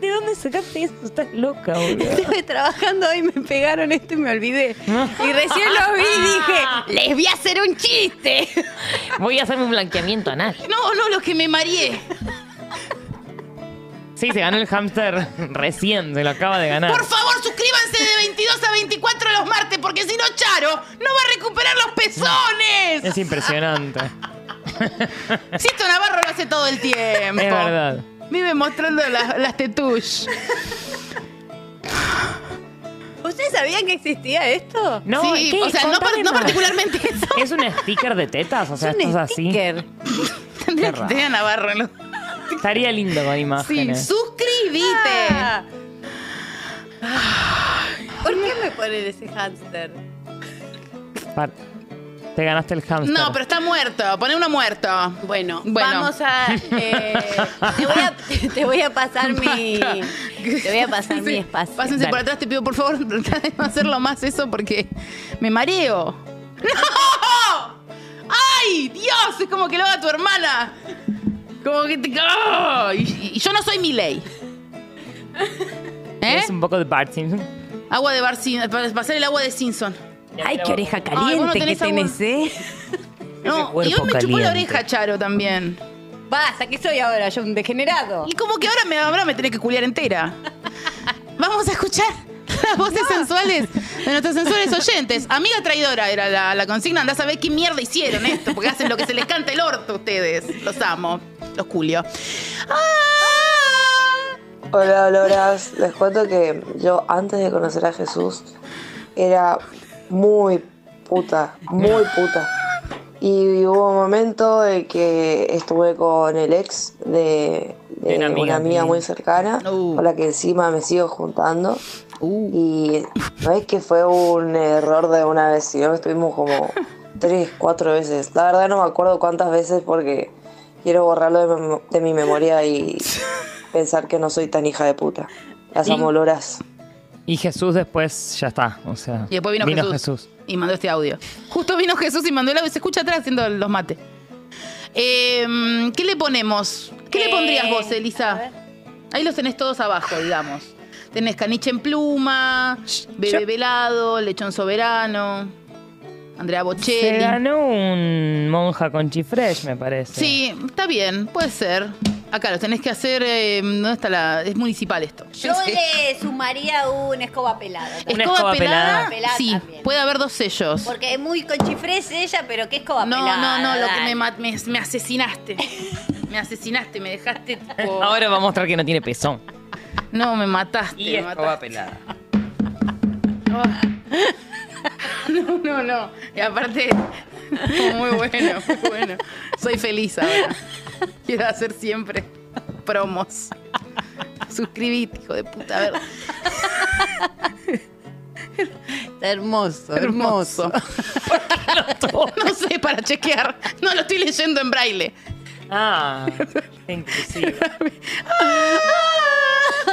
¿De dónde sacaste eso? Estás loca, boludo. estuve trabajando hoy, me pegaron esto y me olvidé. Y recién lo vi y dije, Ah. les voy a hacer un chiste. Voy a hacerme un blanqueamiento anal. No, no, lo que me mareé. Sí, se ganó el hámster recién, se lo acaba de Ah. ganar. Por favor, suscríbanse de 22 a 24 los martes, porque si no, Charo no va a recuperar los pezones. Es impresionante. Sisto Navarro lo hace todo el tiempo. Es verdad. Vive mostrando las, las tetush. ¿Ustedes sabían que existía esto? No, sí, ¿qué? o sea, no, par- Contame no más. particularmente eso. Es un sticker de tetas, o sea, Es un estás así. sticker. Tendría Qué que raro. tener a Navarro. en los- Estaría lindo con Sí, imágenes. suscríbete. Ah. ¿Por qué me ponen ese hámster? Pa- Te ganaste el hámster. no, pero está muerto. Poné uno muerto. Bueno, Bueno. vamos a, eh, te, voy a te voy a pasar mi te voy a pasar mi Sí, espacio. Pásense Dale. por atrás, te pido por favor, tratá de no hacerlo más eso porque me mareo. ¡No! ¡Ay! ¡Dios! Es como que lo haga tu hermana. Como que te. ¡Ah! Y, y yo no soy Miley. ¿Eh? Es un poco de Bart Simpson. Agua de Bar Simpson. Para pasar el agua de Simpson. Ay, qué oreja Ay, vos no caliente que tenés agua. tenés, ¿eh? No, cuerpo y hoy me chupó la caliente. oreja Charo también. Pasa, ¿qué soy ahora? Yo un degenerado. Y como que ahora me, ahora me tenés que culiar entera. Vamos a escuchar las voces sensuales de nuestros sensuales oyentes. Amiga traidora era la, la consigna. Andá a saber qué mierda hicieron esto, porque hacen lo que se les canta el orto a ustedes. Los amo. Los culio. ¡Ah! Hola, Loras. Les cuento que yo antes de conocer a Jesús era muy puta, muy puta. Y hubo un momento en que estuve con el ex de, de De una una amiga amiga, mía. muy cercana, Uh. con la que encima me sigo juntando. Uh. Y no es que fue un error de una vez, sino que estuvimos como tres, cuatro veces. La verdad no me acuerdo cuántas veces porque quiero borrarlo de, mem- de mi memoria y pensar que no soy tan hija de puta. Las Y- amoloras. Y Jesús después ya está. O sea, Y después vino, Jesús, Y mandó este audio. Justo vino Jesús y mandó el audio. Se escucha atrás haciendo los mates. Em, ¿Qué le ponemos? ¿Qué le Eh, pondrías vos, a Elisa? ver. Ahí los tenés todos abajo, digamos. Tenés caniche en pluma, bebé yo- velado, lechón soberano. Andrea Se Bocelli. ganó un monja con chifresh, me parece. Sí, está bien, puede ser. Acá lo tenés que hacer. eh, ¿Dónde está la.? Es municipal esto. Yo le sumaría un escoba pelada. también. Una escoba pelada. Pelada Sí, también. puede haber dos sellos. Porque es muy conchifrés ella, pero ¿qué escoba No, pelada? no, no, lo que me, dale. ma- me, me asesinaste. Me asesinaste, me dejaste tipo. Ahora va a mostrar que no tiene pezón. No, me mataste. Y me escoba mataste. pelada. No, no, no. Y aparte, muy bueno, muy bueno. Soy feliz ahora. Quiero hacer siempre promos. Suscribite, hijo de puta. A ver, Está hermoso, hermoso. hermoso. No sé, para chequear. No, lo estoy leyendo en braille. Ah, inclusive.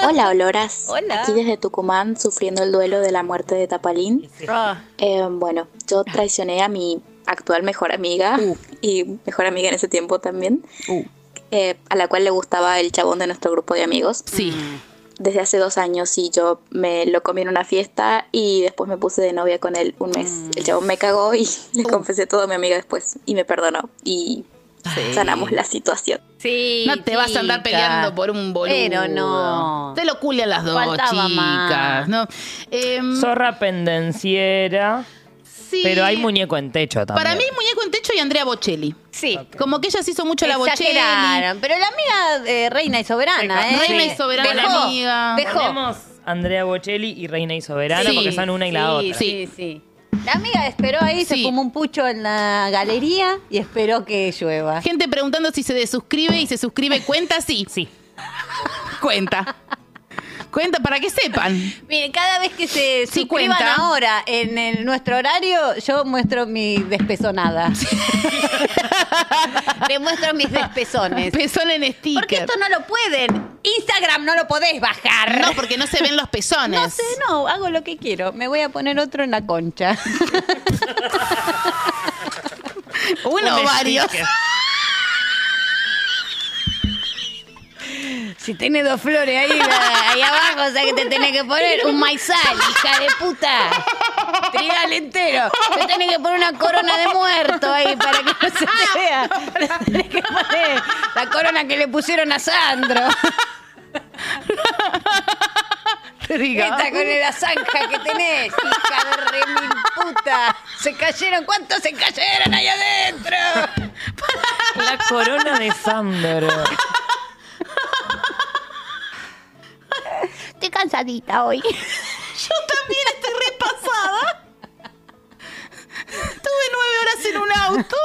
Hola, Oloras. Hola. Aquí desde Tucumán, sufriendo el duelo de la muerte de Tapalín. Ah, Eh, bueno, yo traicioné a mi actual mejor amiga Uh. y mejor amiga en ese tiempo también, eh, a la cual le gustaba el chabón de nuestro grupo de amigos. Sí. Desde hace dos años y yo me lo comí en una fiesta y después me puse de novia con él un mes. Mm. El chabón me cagó y Uh. le confesé todo a mi amiga después y me perdonó y sanamos la situación. sí. No te vas a andar chica. peleando por un boludo. Pero no. Te lo culian las dos, Faltaba chicas. más. ¿no? Em, Zorra pendenciera. sí. Pero hay muñeco en techo también. Para mí, muñeco en techo y Andrea Bocelli. Sí. Como que ella se hizo mucho la Bocelli. Exageraron. Pero la amiga eh, reina y soberana, ¿eh? Reina Sí. y soberana Dejó, la amiga. dejó. Ponemos Andrea Bocelli y Reina y Soberana Sí, porque son una y la sí, otra. sí. La amiga esperó ahí, Sí. se fumó un pucho en la galería y esperó que llueva. Gente preguntando si se desuscribe y se suscribe. ¿Cuenta? Sí. Sí. Cuenta. Cuenta para que sepan. Miren, cada vez que se Sí, suscriban cuenta. ahora en el- nuestro horario, yo muestro mi despezonada. Le muestro mis despezones. Pezón en sticker. Porque esto no lo pueden. Instagram no lo podés bajar. No, porque no se ven los pezones. No sé, no, hago lo que quiero. Me voy a poner otro en la concha. Uno o Un varios. sticker. Si tiene dos flores ahí, la- ahí abajo, o sea que te tenés que poner un maizal, hija de puta. Trigal entero. Te tenés que poner una corona de muerto ahí para que no se te vea. Te tenés que poner la corona que le pusieron a Sandro. Esta con la zanja que tenés, hija de re mil puta. Se cayeron, ¿cuántos se cayeron ahí adentro? La corona de Sandro. Estoy cansadita hoy. Yo también estoy repasada. Tuve nueve horas en un auto.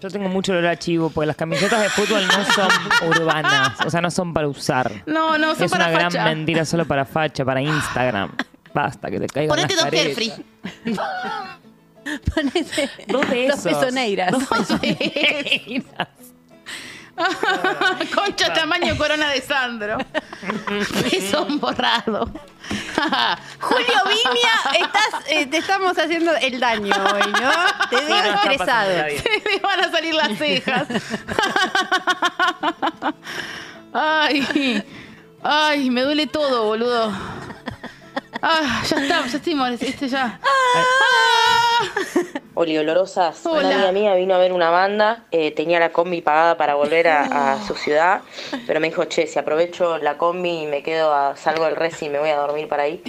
Yo tengo mucho olor a chivo porque las camisetas de fútbol no son urbanas. O sea, no son para usar. No, no, son es para una gran facha. mentira solo para facha, para Instagram. Basta que te caigan Ponete las dos paredes. Jeffrey. Dos de Dos esos. pezoneiras. Dos pezoneiras. Concha tamaño corona de Sandro. Pezón borrado. Julio Viña, estás, eh, te estamos haciendo el daño hoy, ¿no? Te veo No, no está pasando estresado. la vida. Le van a salir las cejas. Ay, ay, me duele todo, boludo. Ah, ya está, ya estoy molest- este ya. Ah, Oliolorosas. Hola. Una amiga mía vino a ver una banda, eh, tenía la combi pagada para volver a, a su ciudad, pero me dijo, che, si aprovecho la combi y me quedo, a, salgo del res y me voy a dormir para ahí.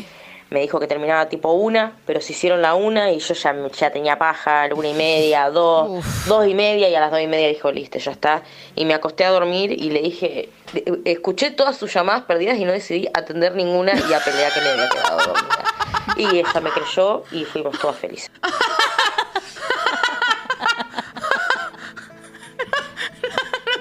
Me dijo que terminaba tipo una, pero se hicieron la una y yo ya, ya tenía paja, la una y media, dos, dos y media y a las dos y media dijo, listo, ya está. Y me acosté a dormir y le dije, eh, escuché todas sus llamadas perdidas y no decidí atender ninguna y a pelear que me había quedado dormida. Y ella me creyó y fuimos todas felices.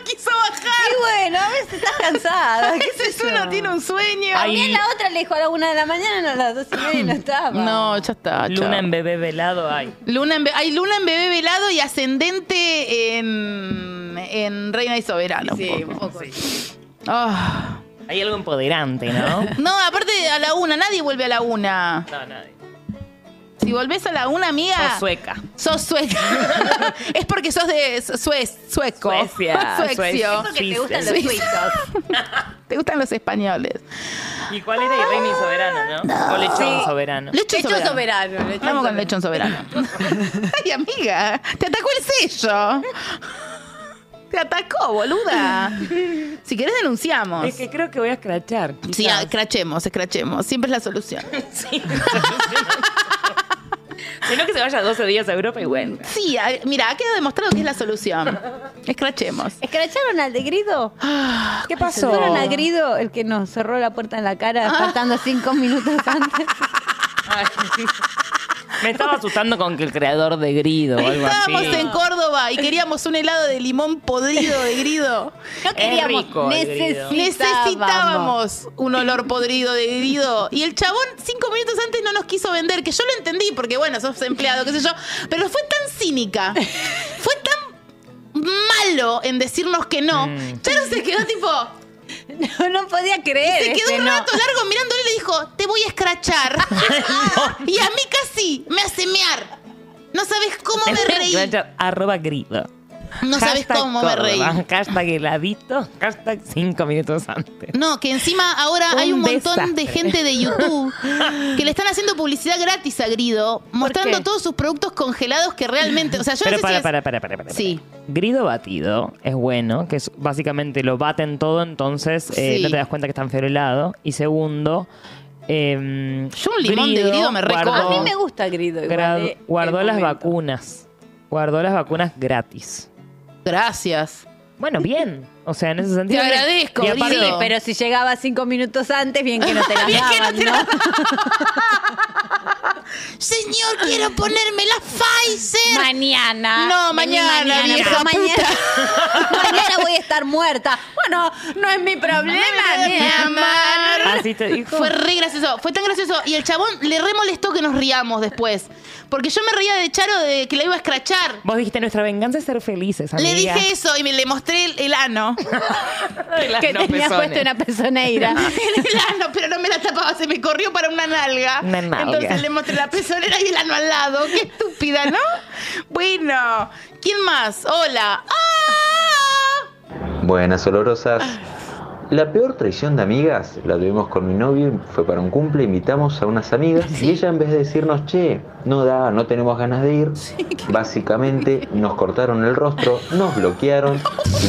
Quiso bajar. Y bueno, a veces estás cansada. A veces uno tiene un sueño. También la otra le dijo a la una de la mañana, no, a las dos y media y no estaba. No, ya está. chao. Luna en bebé velado hay. Luna en be- hay luna en bebé velado y ascendente en, en Reina y Soberana. Sí, un poco. Ah. Hay algo empoderante, ¿no? No, aparte a la una, nadie vuelve a la una. No, nadie. Si volvés a la una, amiga. Sos sueca. Sos sueca. es porque sos de sue- sueco. Suecia, Suecia. Suecio. Porque te gustan los Suiza. suizos. Te gustan los españoles. ¿Y cuál era? Y Rey ni soberano, ¿no? O lechón soberano. Lechón Lechón soberano. soberano. lechón Vamos con soberano. lechón soberano. Ay, amiga, te atacó el sello. Te atacó, boluda. Si querés denunciamos. Es que creo que voy a escrachar. Sí, quizás. ah, escrachemos, escrachemos. Siempre es la solución. Sí. Sino que se vaya 12 días a Europa y bueno. Sí, ah, mira, ha quedado demostrado que es la solución. Escrachemos. ¿Escracharon al de Grido? Ah, ¿Qué ¿Escracharon a Grido el que nos cerró la puerta en la cara faltando cinco minutos antes? Ay, Me estaba asustando con que el creador de Grido o algo así. Estábamos en Córdoba y queríamos un helado de limón podrido de grido. No queríamos, rico el Grido. necesitábamos. Necesitábamos un olor podrido de grido. Y el chabón, cinco minutos antes, no nos quiso vender, que yo lo entendí, porque bueno, sos empleado, qué sé yo. Pero fue tan cínica. Fue tan malo en decirnos que no. Charo se quedó tipo. No, no podía creer. Se quedó este, un no. rato largo mirándole y le dijo, te voy a escrachar. Y a mí casi me hace mear. No sabes cómo me reí. Escrachar, Arroba Grido. No sabes Hashtag cómo me reí. Córdoba, Hashtag heladito. Hashtag 5 minutos antes. No, que encima ahora Un hay un montón desastre. de gente de YouTube que le están haciendo publicidad gratis a Grido, mostrando qué? todos sus productos congelados que realmente. O sea, yo Pero no sé si para, para, es- para, para, para. Sí. Grido batido es bueno, que es básicamente lo baten todo, entonces eh, Sí. no te das cuenta que está enferolado. Y segundo, eh, Yo un limón de Grido me guardó- A recojo. mí me gusta Grido igual. gra- eh, guardó el las momento. vacunas. Guardó las vacunas gratis. Gracias. Bueno, bien. O sea, en ese Te sentido. bien. agradezco, Y Grido. aparte- Sí, pero si llegaba cinco minutos antes, bien que no te las Bien que no daban, te ¿no? las Señor, quiero ponerme la Pfizer. Mañana. No, Vení mañana, vieja pero mañana, mañana voy a estar muerta. Bueno, no es mi problema, mi amor. Así te dijo. Fue re gracioso, fue tan gracioso. Y el chabón le re molestó que nos riamos después. Porque yo me reía de Charo de que la iba a escrachar. Vos dijiste, nuestra venganza es ser felices, amiga. Le dije eso y me le mostré el, el ano. Que no, tenía pezones. puesto una pezoneira. el ano, pero no me la tapaba, se me corrió para una nalga. Una nalga. Entonces le mostré la pezonera y el ano al lado. Qué estúpida, ¿no? Bueno, ¿quién más? Hola. ¡Ah! Buenas olorosas. La peor traición de amigas la tuvimos con mi novio, y fue para un cumple, invitamos a unas amigas y ella en vez de decirnos, che, no da, no tenemos ganas de ir, básicamente nos cortaron el rostro, nos bloquearon,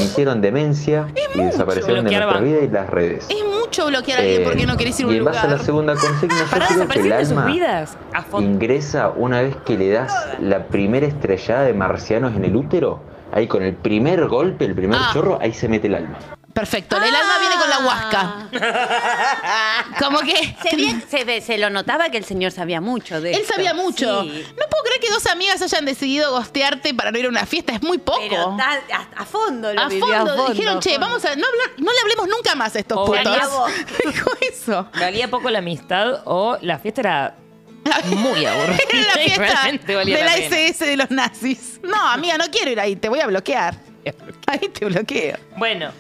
hicieron demencia y desaparecieron de Bloquear nuestra banco. vida y las redes. Es mucho bloquear a alguien Eh, porque no querés ir a y un en base a lugar. la segunda consigna, yo Pará, creo que el desaparecieron de sus alma vidas. A fondo. ingresa una vez que le das la primera estrellada de marcianos en el útero, ahí con el primer golpe, el primer Ah. chorro, ahí se mete el alma. Perfecto, el alma viene con la huasca. Como que. Se, ve- se ve- se lo notaba que el señor sabía mucho de Él esto. sabía mucho. Sí. No puedo creer que dos amigas hayan decidido gostearte para no ir a una fiesta. Es muy poco. Pero tal- a, a fondo lo a vivió, fondo, a fondo. dijeron, che, vamos a no, hablar- no le hablemos nunca más a estos Oh, putos. Daría vos. Dijo eso. Valía poco la amistad o la fiesta era muy aburrida. Era la y fiesta realmente valía de la la pena. SS de los nazis. No, amiga, no quiero ir ahí, te voy a bloquear. Eh, Ahí te bloqueo. Bueno,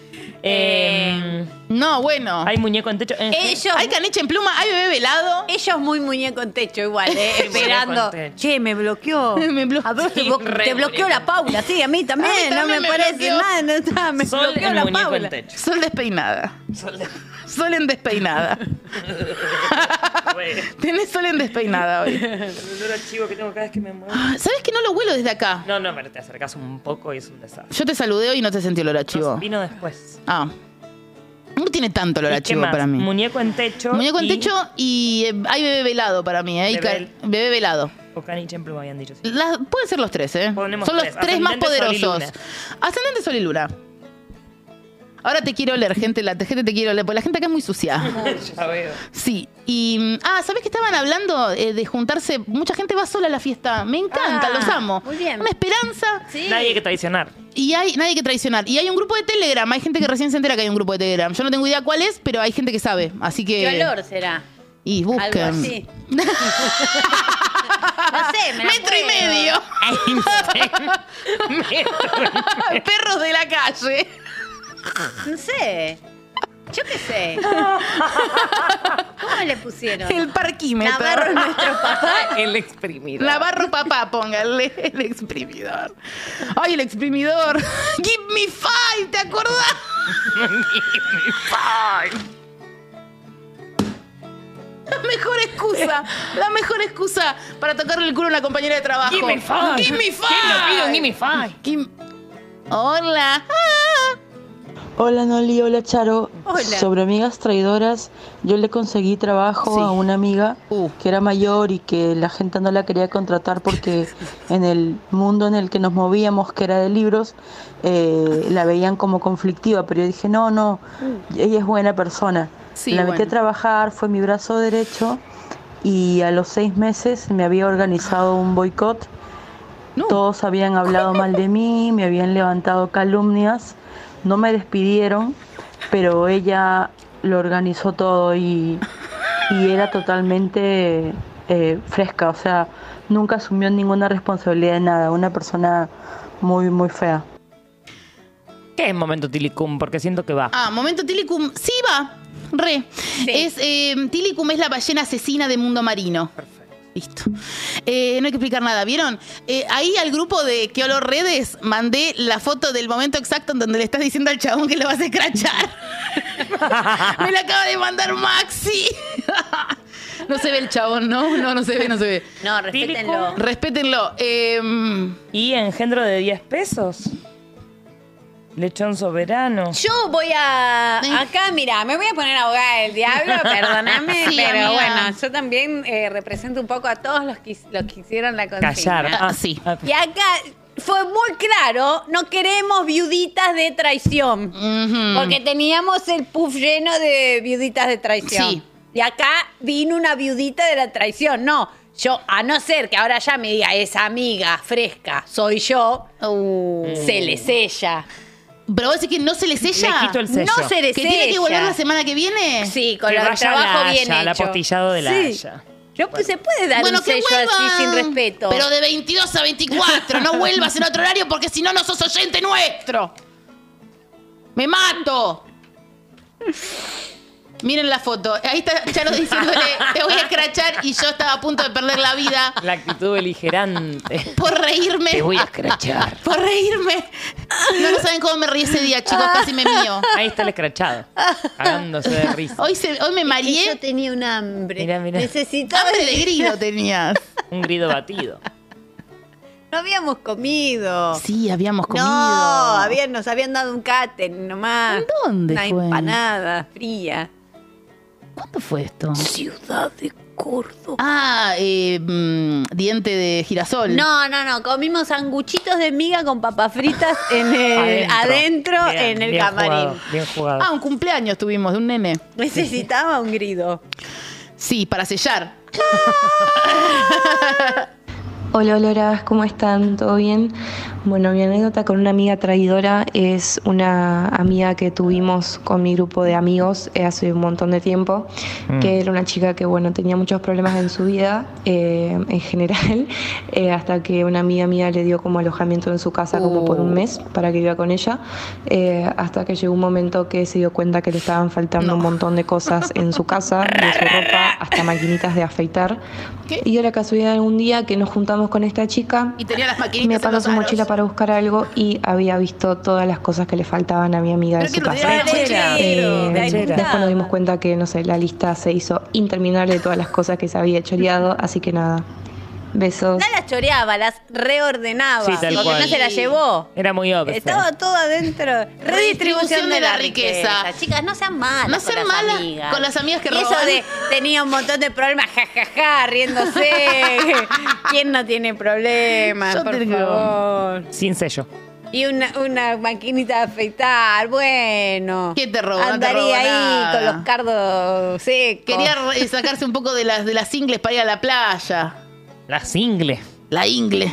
eh, No, bueno. hay muñeco en techo. Eh, Ellos, Hay caniche en pluma, hay bebé velado. ellos muy muñeco en techo igual, eh, esperando. Muñeco en techo. Che, me bloqueó. Me bloqueó. A vos te, bo- re te bloqueó muñeco. la Paula, sí, a mí también. A mí no me, también me parece bloqueó. nada, no está, me Sol bloqueó en la muñeco Paula. en techo. Sol despeinada. Sol de- Sol en despeinada. Tenés sol en despeinada hoy. El olor a chivo que tengo cada vez que me muevo. ¿Sabes que no lo huelo desde acá? No, no, pero te acercas un poco y es un desastre. Yo te saludé hoy y no te sentí olor a chivo. Vino después. Ah. No tiene tanto olor ¿Y a qué chivo más? para mí. Muñeco en techo. Muñeco en y- techo y eh, hay bebé velado para mí. Hay Bebé- ca- bebé velado. O caniche en pluma, habían dicho. sí. Las- pueden ser los tres, ¿eh? Ponemos Son los tres. tres, más Ascendente, Sol y poderosos. Luna. Ascendente, Sol y Luna. Ahora te quiero oler, gente. La gente te quiero oler. Porque la gente acá es muy sucia. Ya veo. Sí. Y. mm, Ah, ¿sabés que estaban hablando eh, de juntarse? Mucha gente va sola a la fiesta. Me encanta, Ah, los amo. muy bien. Una esperanza. Sí. Nadie que traicionar. Y hay nadie que traicionar. Y hay un grupo de Telegram. Hay gente que recién se entera que hay un grupo de Telegram. Yo no tengo idea cuál es, pero hay gente que sabe. Así que. ¿Qué olor será? Y busquen. Algo así. no sé, me la Ah, Metro y juego. medio. Metro. Perros de la calle. No sé. Yo qué sé. ¿Cómo le pusieron? El parquímetro. Navarro nuestro papá. El exprimido. Navarro papá, póngale el exprimidor. Ay, el exprimidor. Give me five, ¿te acordás? La mejor excusa, la mejor excusa para tocarle el culo a una compañera de trabajo. Give me five. Give me five. ¿Quién lo pide un give me five? Kim- Hola. Ah. Hola Noli, hola Charo. Hola. Sobre amigas traidoras, yo le conseguí trabajo Sí. a una amiga Uh. que era mayor y que la gente no la quería contratar porque en el mundo en el que nos movíamos, que era de libros, eh, la veían como conflictiva, pero yo dije, no, no, ella es buena persona. Sí, la metí bueno. a trabajar, fue mi brazo derecho y a los seis meses me había organizado un boicot. No. Todos habían hablado mal de mí, me habían levantado calumnias, no me despidieron, pero ella lo organizó todo y, y era totalmente eh, fresca, o sea, nunca asumió ninguna responsabilidad de nada, una persona muy, muy fea. ¿Qué es momento tilicum? Porque siento que va. Ah, momento Tilicum. Sí, va. Re. Es, eh, tilicum es la ballena asesina de mundo marino. Listo. Eh, no hay que explicar nada, ¿vieron? Eh, ahí al grupo de Que Olor Redes mandé la foto del momento exacto en donde le estás diciendo al chabón que lo vas a escrachar. Me la acaba de mandar Maxi. no se ve el chabón, ¿no? No, no se ve, no se ve. No, respétenlo. Respétenlo. Em, ¿Y engendro de 10 pesos? Lechón soberano. Yo voy a. Acá, mira, me voy a poner abogada del diablo, perdóname, Sí, pero amiga. bueno, yo también eh, represento un poco a todos los que, los que hicieron la consigna. Callar. Ah, sí. ah, Y acá fue muy claro, no queremos viuditas de traición. ujú. Porque Mm. teníamos el puff lleno de viuditas de traición. Sí. Y acá vino una viudita de la traición. No, yo, a no ser que ahora ya me diga, esa amiga fresca soy yo, Uh. se le sella. Pero vos decís que no se les sella. Le quito el sello. No se le que tiene que sella. volver la semana que viene. Sí, con Que el vaya a la trabajo Haya, bien hecho. el apostillado de la Sí. Haya. Yo, pues, se puede dar bueno, un que sello vuelvan. así sin respeto. Pero de 22 a 24. No vuelvas en otro horario porque si no, no sos oyente nuestro. Me mato. Miren la foto. Ahí está Charo diciéndole, te voy a escrachar y yo estaba a punto de perder la vida La actitud beligerante. por reírme. Te voy a escrachar. Por reírme. No, no saben cómo me reí ese día, chicos. Casi me mío. Ahí está el escrachado. Cagándose de risa. Hoy, se- hoy me Y mareé. yo tenía un hambre. Mirá, mirá. Necesitaba. Hambre de grito tenías. Un grido batido. No habíamos comido. Sí, habíamos comido. No, habían- nos habían dado un catering nomás. ¿En dónde Una fue? empanada fría. ¿Cuánto fue esto? Ciudad de Córdoba. Ah, eh, mm, diente de girasol. No, no, no, comimos sanguchitos de miga con papas fritas en el, Eh, adentro, Bien, en el bien camarín. jugado, bien jugado. Ah, un cumpleaños tuvimos de un nene. Necesitaba un grido. Sí, para sellar. Hola, hola, ¿cómo están? ¿Todo bien? Bueno, mi anécdota con una amiga traidora es una amiga que tuvimos con mi grupo de amigos eh, hace un montón de tiempo, que era una chica que, bueno, tenía muchos problemas en su vida eh, en general, eh, hasta que una amiga mía le dio como alojamiento en su casa como por un mes para que viva con ella, eh, hasta que llegó un momento que se dio cuenta que le estaban faltando un montón de cosas en su casa, de su ropa, hasta maquinitas de afeitar. ¿Qué? Y dio la casualidad algún día que nos juntamos con esta chica. Y tenía las maquinitas. Me en pasó los su aros. mochila para buscar algo y había visto todas las cosas que le faltaban a mi amiga de Pero que su no tenía casa. la mochila. Eh, Lechera. después nos dimos cuenta que, no sé, la lista se hizo interminable de todas las cosas que se había choreado, así que nada. Besos. No las choreaba, las reordenaba. Sí, tal porque cual. no se las llevó. Era muy obvio. Estaba Ah. Eh, todo adentro. Redistribución de la riqueza. Chicas, no sean malas. No sean con las malas amigas. con las amigas que y eso roban. de tenía un montón de problemas, jajaja, riéndose. ¿Quién no tiene problemas? Yo por tengo. favor. Sin sello. Y una, una maquinita de afeitar, bueno. ¿Qué te robó? No te Andaría robó ahí nada. con los cardos secos. Quería eh, sacarse un poco de las, de las ingles para ir a la playa. Las ingles. La ingle.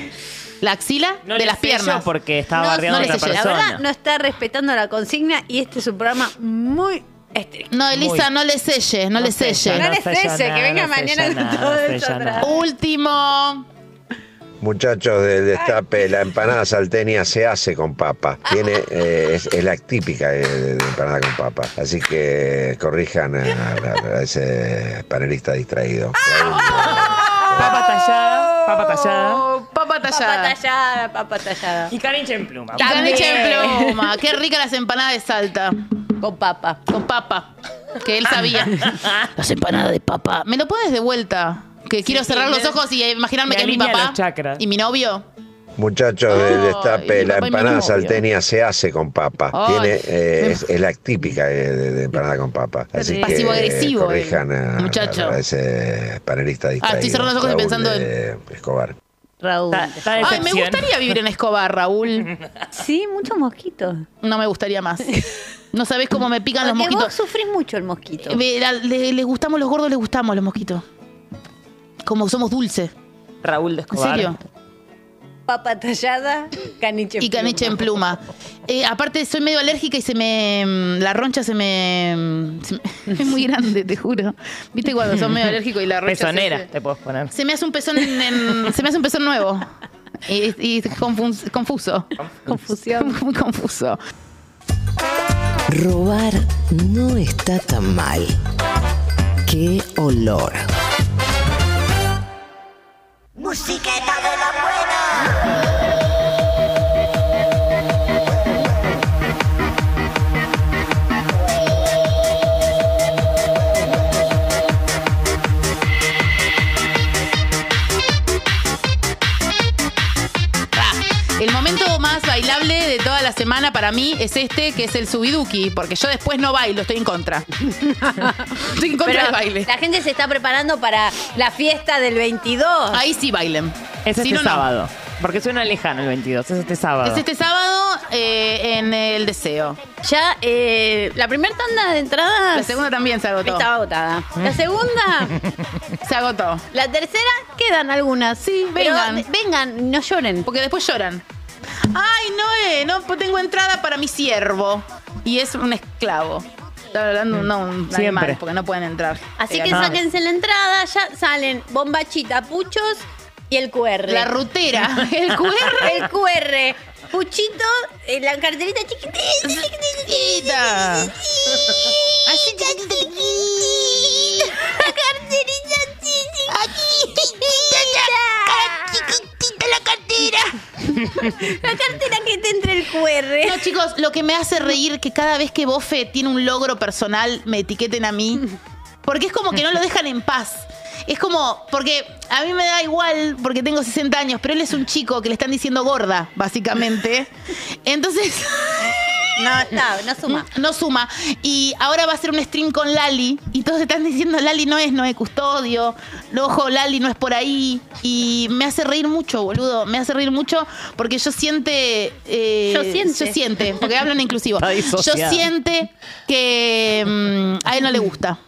La axila No de le las sello piernas. porque estaba No, barriando no le a otra sellé. La persona. verdad, no está respetando la consigna y este es un programa muy estricto. No, Elisa, Muy. no le selle, no, le selle. sella, No le sella selle, que nada, venga no mañana sella con nada, todo no eso sella atrás. nada. Último. Muchachos del destape, la empanada salteña se hace con papa. Tiene, eh, es, es la típica de, de- de empanada con papa. Así que corrijan a, a- a ese panelista distraído. Papa tallada, papa tallada. Papa Papa tallada. tallada, papa tallada. Y caniche en pluma. Y caniche en También. pluma. Qué ricas las empanadas de Salta. Con papa. Con papa. Que él sabía. las empanadas de papa. ¿Me lo pones de vuelta? Que quiero cerrar los ojos y eh, imaginarme me que es mi alinea papá. los chakras. Y mi novio. Muchachos del destape, la empanada salteña se hace con papa. Ay. Tiene, eh, es, es la típica eh, de, de empanada con papa. Así que Pasivo-agresivo, eh, corrijan a, muchacho. a ese panelista distraído. Ah, estoy cerrando los ojos y Raúl, pensando en- eh, Escobar. Raúl. Ay, me gustaría vivir en Escobar, Raúl. Sí, muchos mosquitos. No me gustaría más. No sabés cómo me pican los Porque mosquitos. vos sufrís mucho el mosquito. Eh, la- le- les gustamos los gordos, les gustamos los mosquitos. Como somos dulces. Raúl de ¿En Escobar. serio? Papa tallada, caniche en Y caniche en pluma. Eh, aparte, soy medio alérgica y se me. mm, La roncha se me. mm, se me- es muy grande, te juro. ¿Viste cuando sos medio alérgico y la roncha. se Pezonera, hace- te puedes poner. Se, me hace un pezón en- en- se me hace un pezón nuevo. Y, y confus- confuso. Confusión. Muy confuso. Robar no está tan mal. Qué olor. Musiqueta de la buena. El momento más bailable de toda la semana para mí es este, que es el subiduki, porque yo después no bailo, estoy en contra. estoy en contra Pero del baile. La gente se está preparando para la fiesta del 22. Ahí sí bailen. Es Si este no, no. sábado. Porque suena lejano el 22. Es este sábado. Es este sábado eh, en El Deseo. Ya, eh, la primera tanda de entradas La segunda también se agotó. estaba agotada. Mm. La segunda, Se agotó. la tercera, quedan algunas. Sí, vengan. vengan, no lloren. Porque después lloran. Ay, Noé, no po- tengo entrada para mi siervo. Y es un esclavo. Estaba hablando no, un Siempre. animal, porque no pueden entrar. Así Eh, que no. sáquense la entrada, ya salen bombachita, puchos y el QR. La rutera, el QR. el QR. Puchito, eh, la carterita chiquitita. Chiquitita. Así chiquitita. La carterita chiquitita. Chiquitita la cartera. La cartera que te entre el QR. No, chicos, lo que me hace reír que cada vez que Bofe tiene un logro personal, me etiqueten a mí. Porque es como que no lo dejan en paz. Es como, porque a mí me da igual, porque tengo 60 años, pero él es un chico que le están diciendo gorda, básicamente. Entonces, No, está, no suma. no suma. Y ahora va a hacer un stream con Lali, y todos están diciendo, Lali no es, no es custodio, ojo, Lali no es por ahí. Y me hace reír mucho, boludo, me hace reír mucho, porque yo siente... eh, Yo siente. Yo siente, porque hablan inclusivo. Está Yo disociada. siente que mm, a él no le gusta.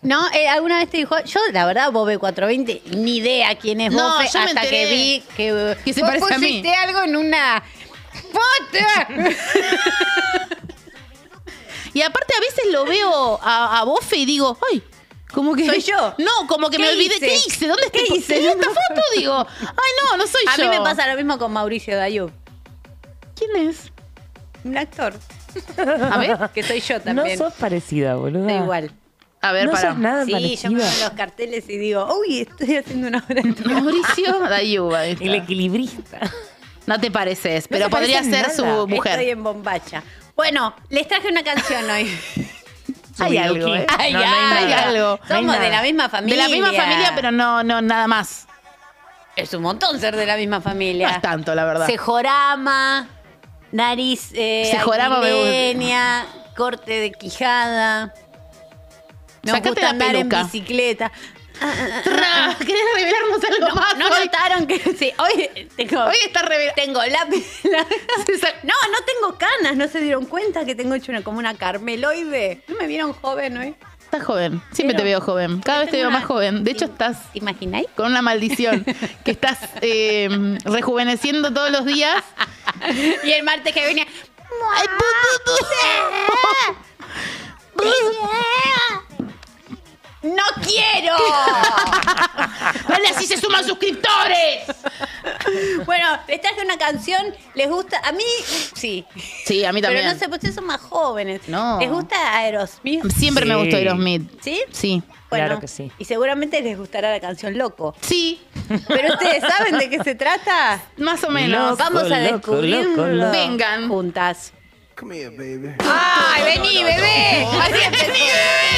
No, eh, alguna vez te dijo, yo la verdad, Bobe 420, ni idea quién es No, Bobe, yo me hasta que enteré. vi que, Que se vos parece a mí. pusiste algo en una foto. Y aparte a veces lo veo a, a Bofe y digo, ay, como que... Soy yo. No, como que ¿Qué me olvidé. hice? ¿Qué hice? ¿Dónde ¿Qué estoy? ¿Por hice? qué esta foto? Digo, ay, no, no soy A yo. mí me pasa lo mismo con Mauricio Dayub, ¿Quién es? un actor, A ver, que soy yo no también. sos parecida, boludo. Da igual. a ver, no para. sos nada Sí, parecida. yo veo los carteles y digo, uy, estoy haciendo una obra. Mauricio Dayuba. ahí está. El equilibrista. No te pareces, pero se podría parece en ser nada. su mujer. Estoy en bombacha. Bueno, les traje una canción hoy. Hay algo, ¿eh? Ay, No, no ay, hay nada. algo. No hay Somos de nada. la misma De familia. la misma familia, pero no, no, nada más. Es un montón ser de la misma familia. No es tanto, la verdad. Sejorama, nariz eh, Sejorama me gusta. aguileña, corte de quijada. Nos Sacate gusta la andar peluca. en bicicleta. Ah, Tra, ¿Querés revelarnos algo más? No hoy? notaron que sí, hoy tengo, Hoy está revelado. tengo lápiz. la- No, no tengo canas, no se dieron cuenta que tengo hecho una, como una carmeloide. ¿No me vieron joven hoy? Estás joven. Siempre Pero- te veo joven. Cada vez te Tengo veo una- más joven. De hecho, estás ¿Te imagináis? con una maldición que estás eh, rejuveneciendo todos los días. Y el martes que venía. Ay, pu, pu, pu. ¡No quiero! ¡Vale, así se suman suscriptores! Bueno, les traje una canción, les gusta. A mí, sí. Sí, a mí también. Pero no sé, ustedes son más jóvenes. No. ¿Les gusta Aerosmith? Siempre me Sí. gustó Aerosmith. ¿Sí? Sí. Bueno, Y seguramente les gustará la canción Loco. Sí. ¿Pero este ustedes saben de qué se trata? Más o menos. Loco, Vamos a loco, descubrirlo. loco, loco. Vengan. Juntas. ¡Ay, vení, bebé! Así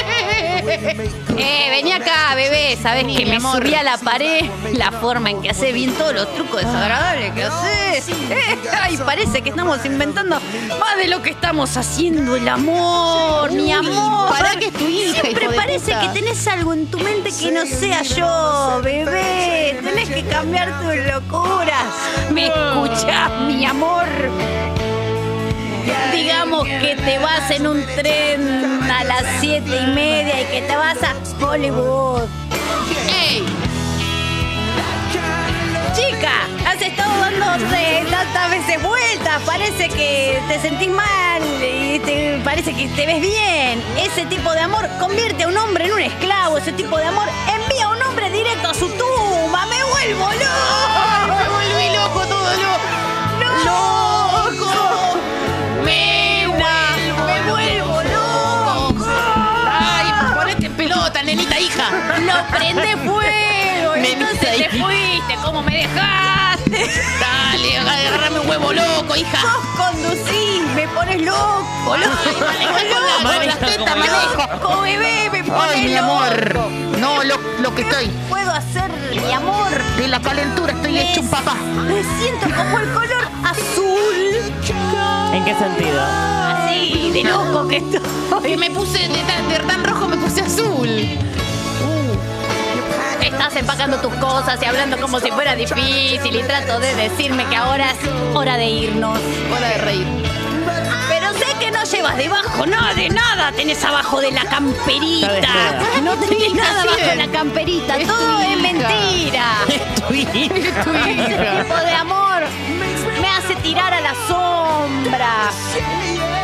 ¡Vení, bebé! Eh, vení acá, bebé. Sabés mi que me amor. subí a la pared la forma en que hace bien todos los trucos desagradables que haces. Eh, ay, parece que estamos inventando más de lo que estamos haciendo el amor, mi Uy, amor. pará que es tu hija, Siempre hijo de parece puta. que tenés algo en tu mente que no sea yo, bebé. Tenés que cambiar tus locuras. ¿Me escuchás, mi amor? Digamos que te vas en un tren a las siete y media y que te vas a Hollywood. ¡Ey! Chica, has estado dando eh, tantas veces vueltas, parece que te sentís mal y te- parece que te ves bien. Ese tipo de amor convierte a un hombre en un esclavo, ese tipo de amor envía a un hombre directo a su tumba. ¡Me vuelvo loco! ¡Me volví loco todo loco! ¡Loco! Me vuelvo, me vuelvo loco. Ay, ponete pelota, nenita hija. Lo prende fuego, entonces te fuiste, ¿cómo me dejaste? Dale, agarrame un huevo loco, hija. Vos conducís, me pones loco, loco, con la- con las tetas, manejo. Loco, bebé, me pones Ay, mi loco. amor. No, lo, lo que estoy. puedo hacer, mi amor? De la calentura estoy hecho un papá. Me siento como el color azul. ¿En qué sentido? Así, de loco que estoy. Que me puse de tan, de tan rojo, me puse azul. Estás empacando tus cosas y hablando como si fuera difícil y trato de decirme que ahora es hora de irnos. Hora de reír. Pero sé que no llevas debajo nada de nada, tenés abajo de la camperita. Ah, No tenés nada Así bajo es. la camperita, todo es mentira. Tu hija. Tu Ese hija. tipo de amor me hace tirar a la sombra.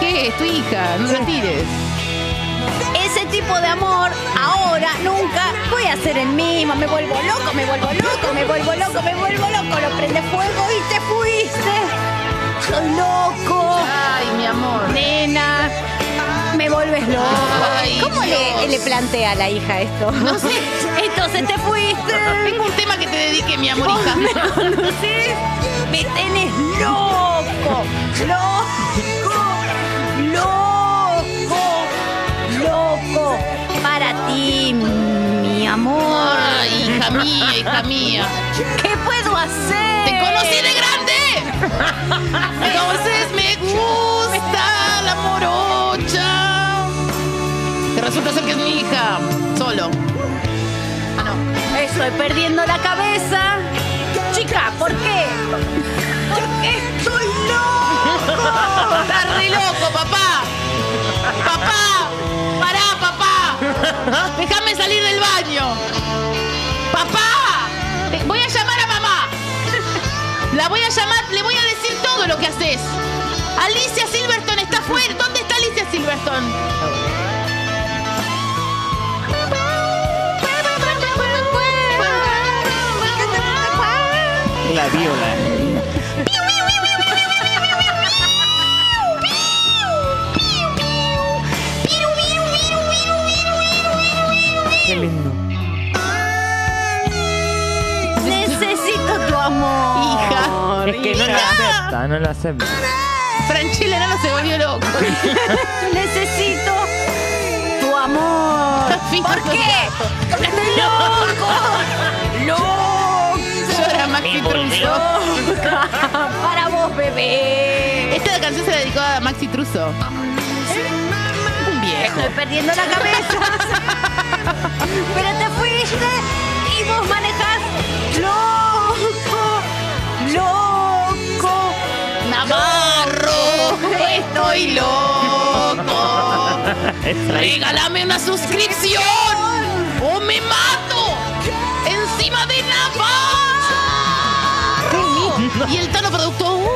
¿Qué es tu hija? No la tires. Ese tipo de amor ahora nunca voy a ser el mismo. Me vuelvo loco, me vuelvo loco, me vuelvo loco, me vuelvo loco. Lo prende fuego y te fuiste. Soy loco. Ay, mi amor. Nena, me vuelves loco. Ay, ¿Cómo le, Dios. le plantea a la hija esto? No sé. Entonces te fuiste. Tengo un tema que te dedique, mi amor, hija. Me conducís, me tenés loco, loco, loco, loco. Para ti, mi Oh, amor. Ay, hija mía, hija mía. ¿Qué puedo hacer? ¡Te conocí de grande! Entonces me gusta la morocha. Que resulta ser que es mi hija. Solo. Estoy perdiendo la cabeza. Chica, ¿por qué? Porque estoy loco. ¡Estás re loco, papá! ¡Papá! ¡Pará, papá! ¡Déjame salir del baño! ¡Papá! Te- Voy a llamar a mamá. La voy a llamar, le voy a decir todo lo que haces. Alicia Silverton está fuera. ¿Dónde está Alicia Silverton? La viola. Qué lindo. Necesito tu amor. Hija. Oh, Es que no la acepta, no la acepta. Franchella no se volvió loco. Necesito tu amor. ¿Por qué? Porque estoy loco. Loco. Llora más que Truso. Loca. Para vos, bebé. Esta canción se la dedicó a Maxi Truso. Un viejo. Estoy perdiendo la cabeza. Pero te fuiste y vos manejás loco. Loco. Navarro, estoy loco. Regálame una suscripción o me mato encima de Navarro. Y el Tano producto. Traductor.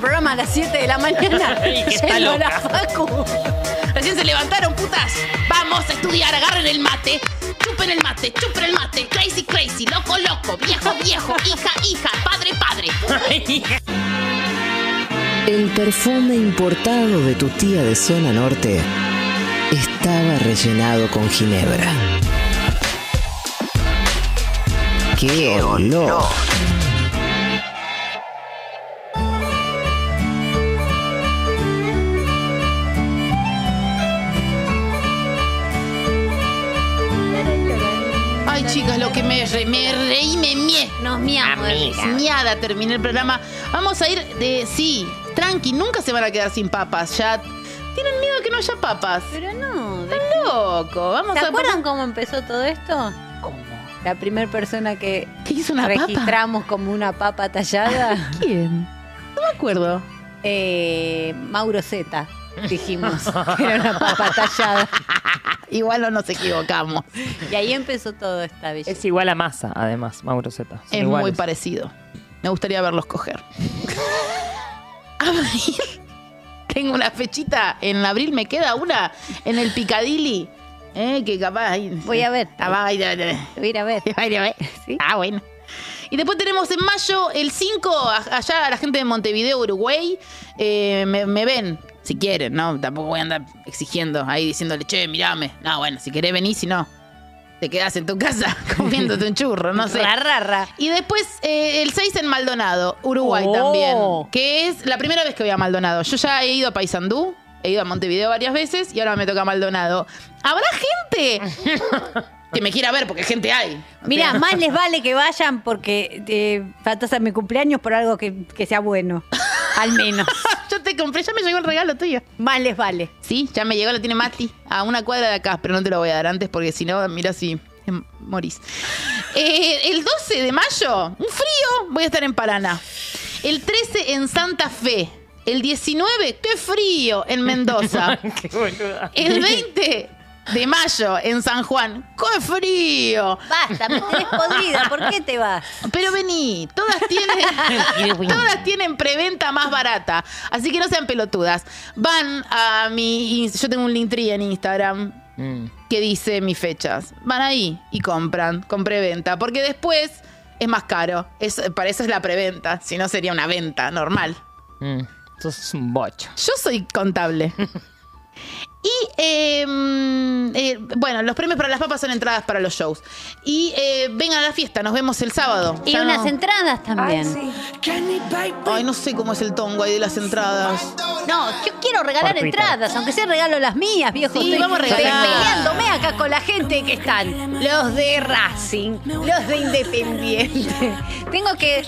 programa a las 7 de la mañana. Y que está yendo a la loca. facu. Recién se levantaron, putas. Vamos a estudiar, agarren el mate. Chupen el mate, chupen el mate. Crazy, crazy, loco, loco. Viejo, viejo. Hija, hija. Padre, padre. El perfume importado de tu tía de zona norte estaba rellenado con ginebra. ¡Qué olor! Ay, chicas, lo que me, re- me reí, me mié. Nos miamos. Miada, terminé el programa. Vamos a ir de. Sí, tranqui, nunca se van a quedar sin papas. Ya tienen miedo que no haya papas. Pero no, Están loco. Vamos ¿Se a Ah. acuerdan cómo empezó todo esto? La primera persona que una papa? registramos como una papa tallada. ¿Quién? No me acuerdo. eh, Mauro Zeta, dijimos que era una papa tallada. Igual no nos equivocamos. Y ahí empezó todo esta belleza. Es igual a masa, además, Mauro Zeta. Son Es muy iguales. parecido. Me gustaría verlos coger. Abril. Tengo una fechita. En abril me queda una en el Picadilly. Eh, que capaz. Ah, Voy a ver. Voy a ver. Voy a ir a ver. a ver. Ah, bueno. Y después tenemos en mayo, el 5, a- allá a la gente de Montevideo, Uruguay. eh, me, me ven, si quieren, ¿no? Tampoco voy a andar exigiendo ahí diciéndole, che, mirame. No, bueno, si querés venir, si no, te quedás en tu casa comiéndote un churro, no sé. Ra, ra, ra. Y después eh, el 6 en Maldonado, Uruguay Oh. también. Que es la primera vez que voy a Maldonado. Yo ya he ido a Paysandú, he ido a Montevideo varias veces y ahora me toca Maldonado. ¿Habrá gente que me quiera ver? Porque gente hay. Mira, más les vale que vayan porque eh, faltas a mi cumpleaños por algo que, que sea bueno. Al menos. Yo te compré, ya me llegó el regalo tuyo. Más les vale. Sí, ya me llegó, lo tiene Mati, a una cuadra de acá, pero no te lo voy a dar antes porque si no, mira si em, morís. Eh, el 12 de mayo, un frío, voy a estar en Paraná. El 13 en Santa Fe. El 19, qué frío, en Mendoza. Qué boluda. El 20 de mayo en San Juan, qué frío. Basta, me tenés podrida, ¿por qué te vas? Pero vení, todas tienen, todas tienen preventa más barata. Así que no sean pelotudas. Van a mi. ins- Yo tengo un link tree en Instagram Mm. que dice mis fechas. Van ahí y compran con preventa. Porque después es más caro. Es, para eso es la preventa. Si no, sería una venta normal. Mm. Sos un bocho. Yo soy contable. Y, eh, mm, eh, bueno, los premios para las papas son entradas para los shows. Y eh, vengan a la fiesta, nos vemos el sábado. Y Ya unas no- entradas también. Ay, no sé cómo es el tongo ahí de las entradas. No, yo quiero regalar Por Twitter. entradas, aunque sea regalo las mías, viejo. Sí, Estoy- vamos a estoy regalar. peleándome acá con la gente que están. Los de Racing, los de Independiente. Tengo que.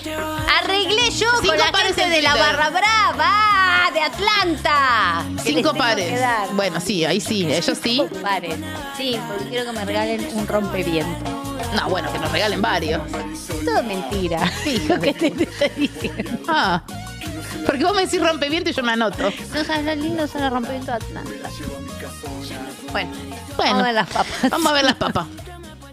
Arreglé yo Cinco con la pares gente en de la Twitter. Barra Brava, de Atlanta. que les Cinco tengo pares. que dar. Bueno, sí, ahí sí, ellos sí. Cinco pares. Sí, porque quiero que me regalen un rompeviento. No, bueno, que nos regalen varios. Todo mentira. Lo que te, te estoy diciendo. Ah, porque vos me decís rompeviento y yo me anoto. No sabes lo lindo son los rompevientos de Atlanta. Bueno, Bueno. vamos a ver las papas. Vamos a ver las papas.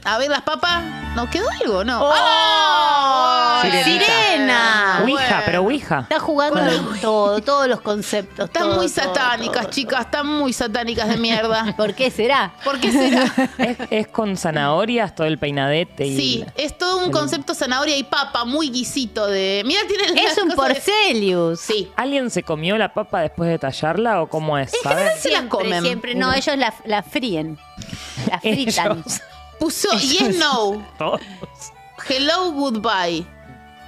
A ver las papas. ¿Nos quedó algo o no? Oh, ¡Ah! Sirenita. Sirena. Ouija, pero Ouija. Está jugando con todo, todos los conceptos. Están muy satánicas, chicas. Están muy satánicas de mierda. ¿Por qué será? ¿Por qué será? Es, es con zanahorias, todo el peinadete y... Sí, es todo un concepto zanahoria y papa, muy guisito de. Mira, tiene las Es un cosas de- porcelius. Sí. ¿Alguien se comió la papa después de tallarla o cómo es? ¿Sabes? se la comen. Siempre, no, ellos la, la fríen. La fritan. Ellos. Puso yes, no. Todos. Hello, goodbye.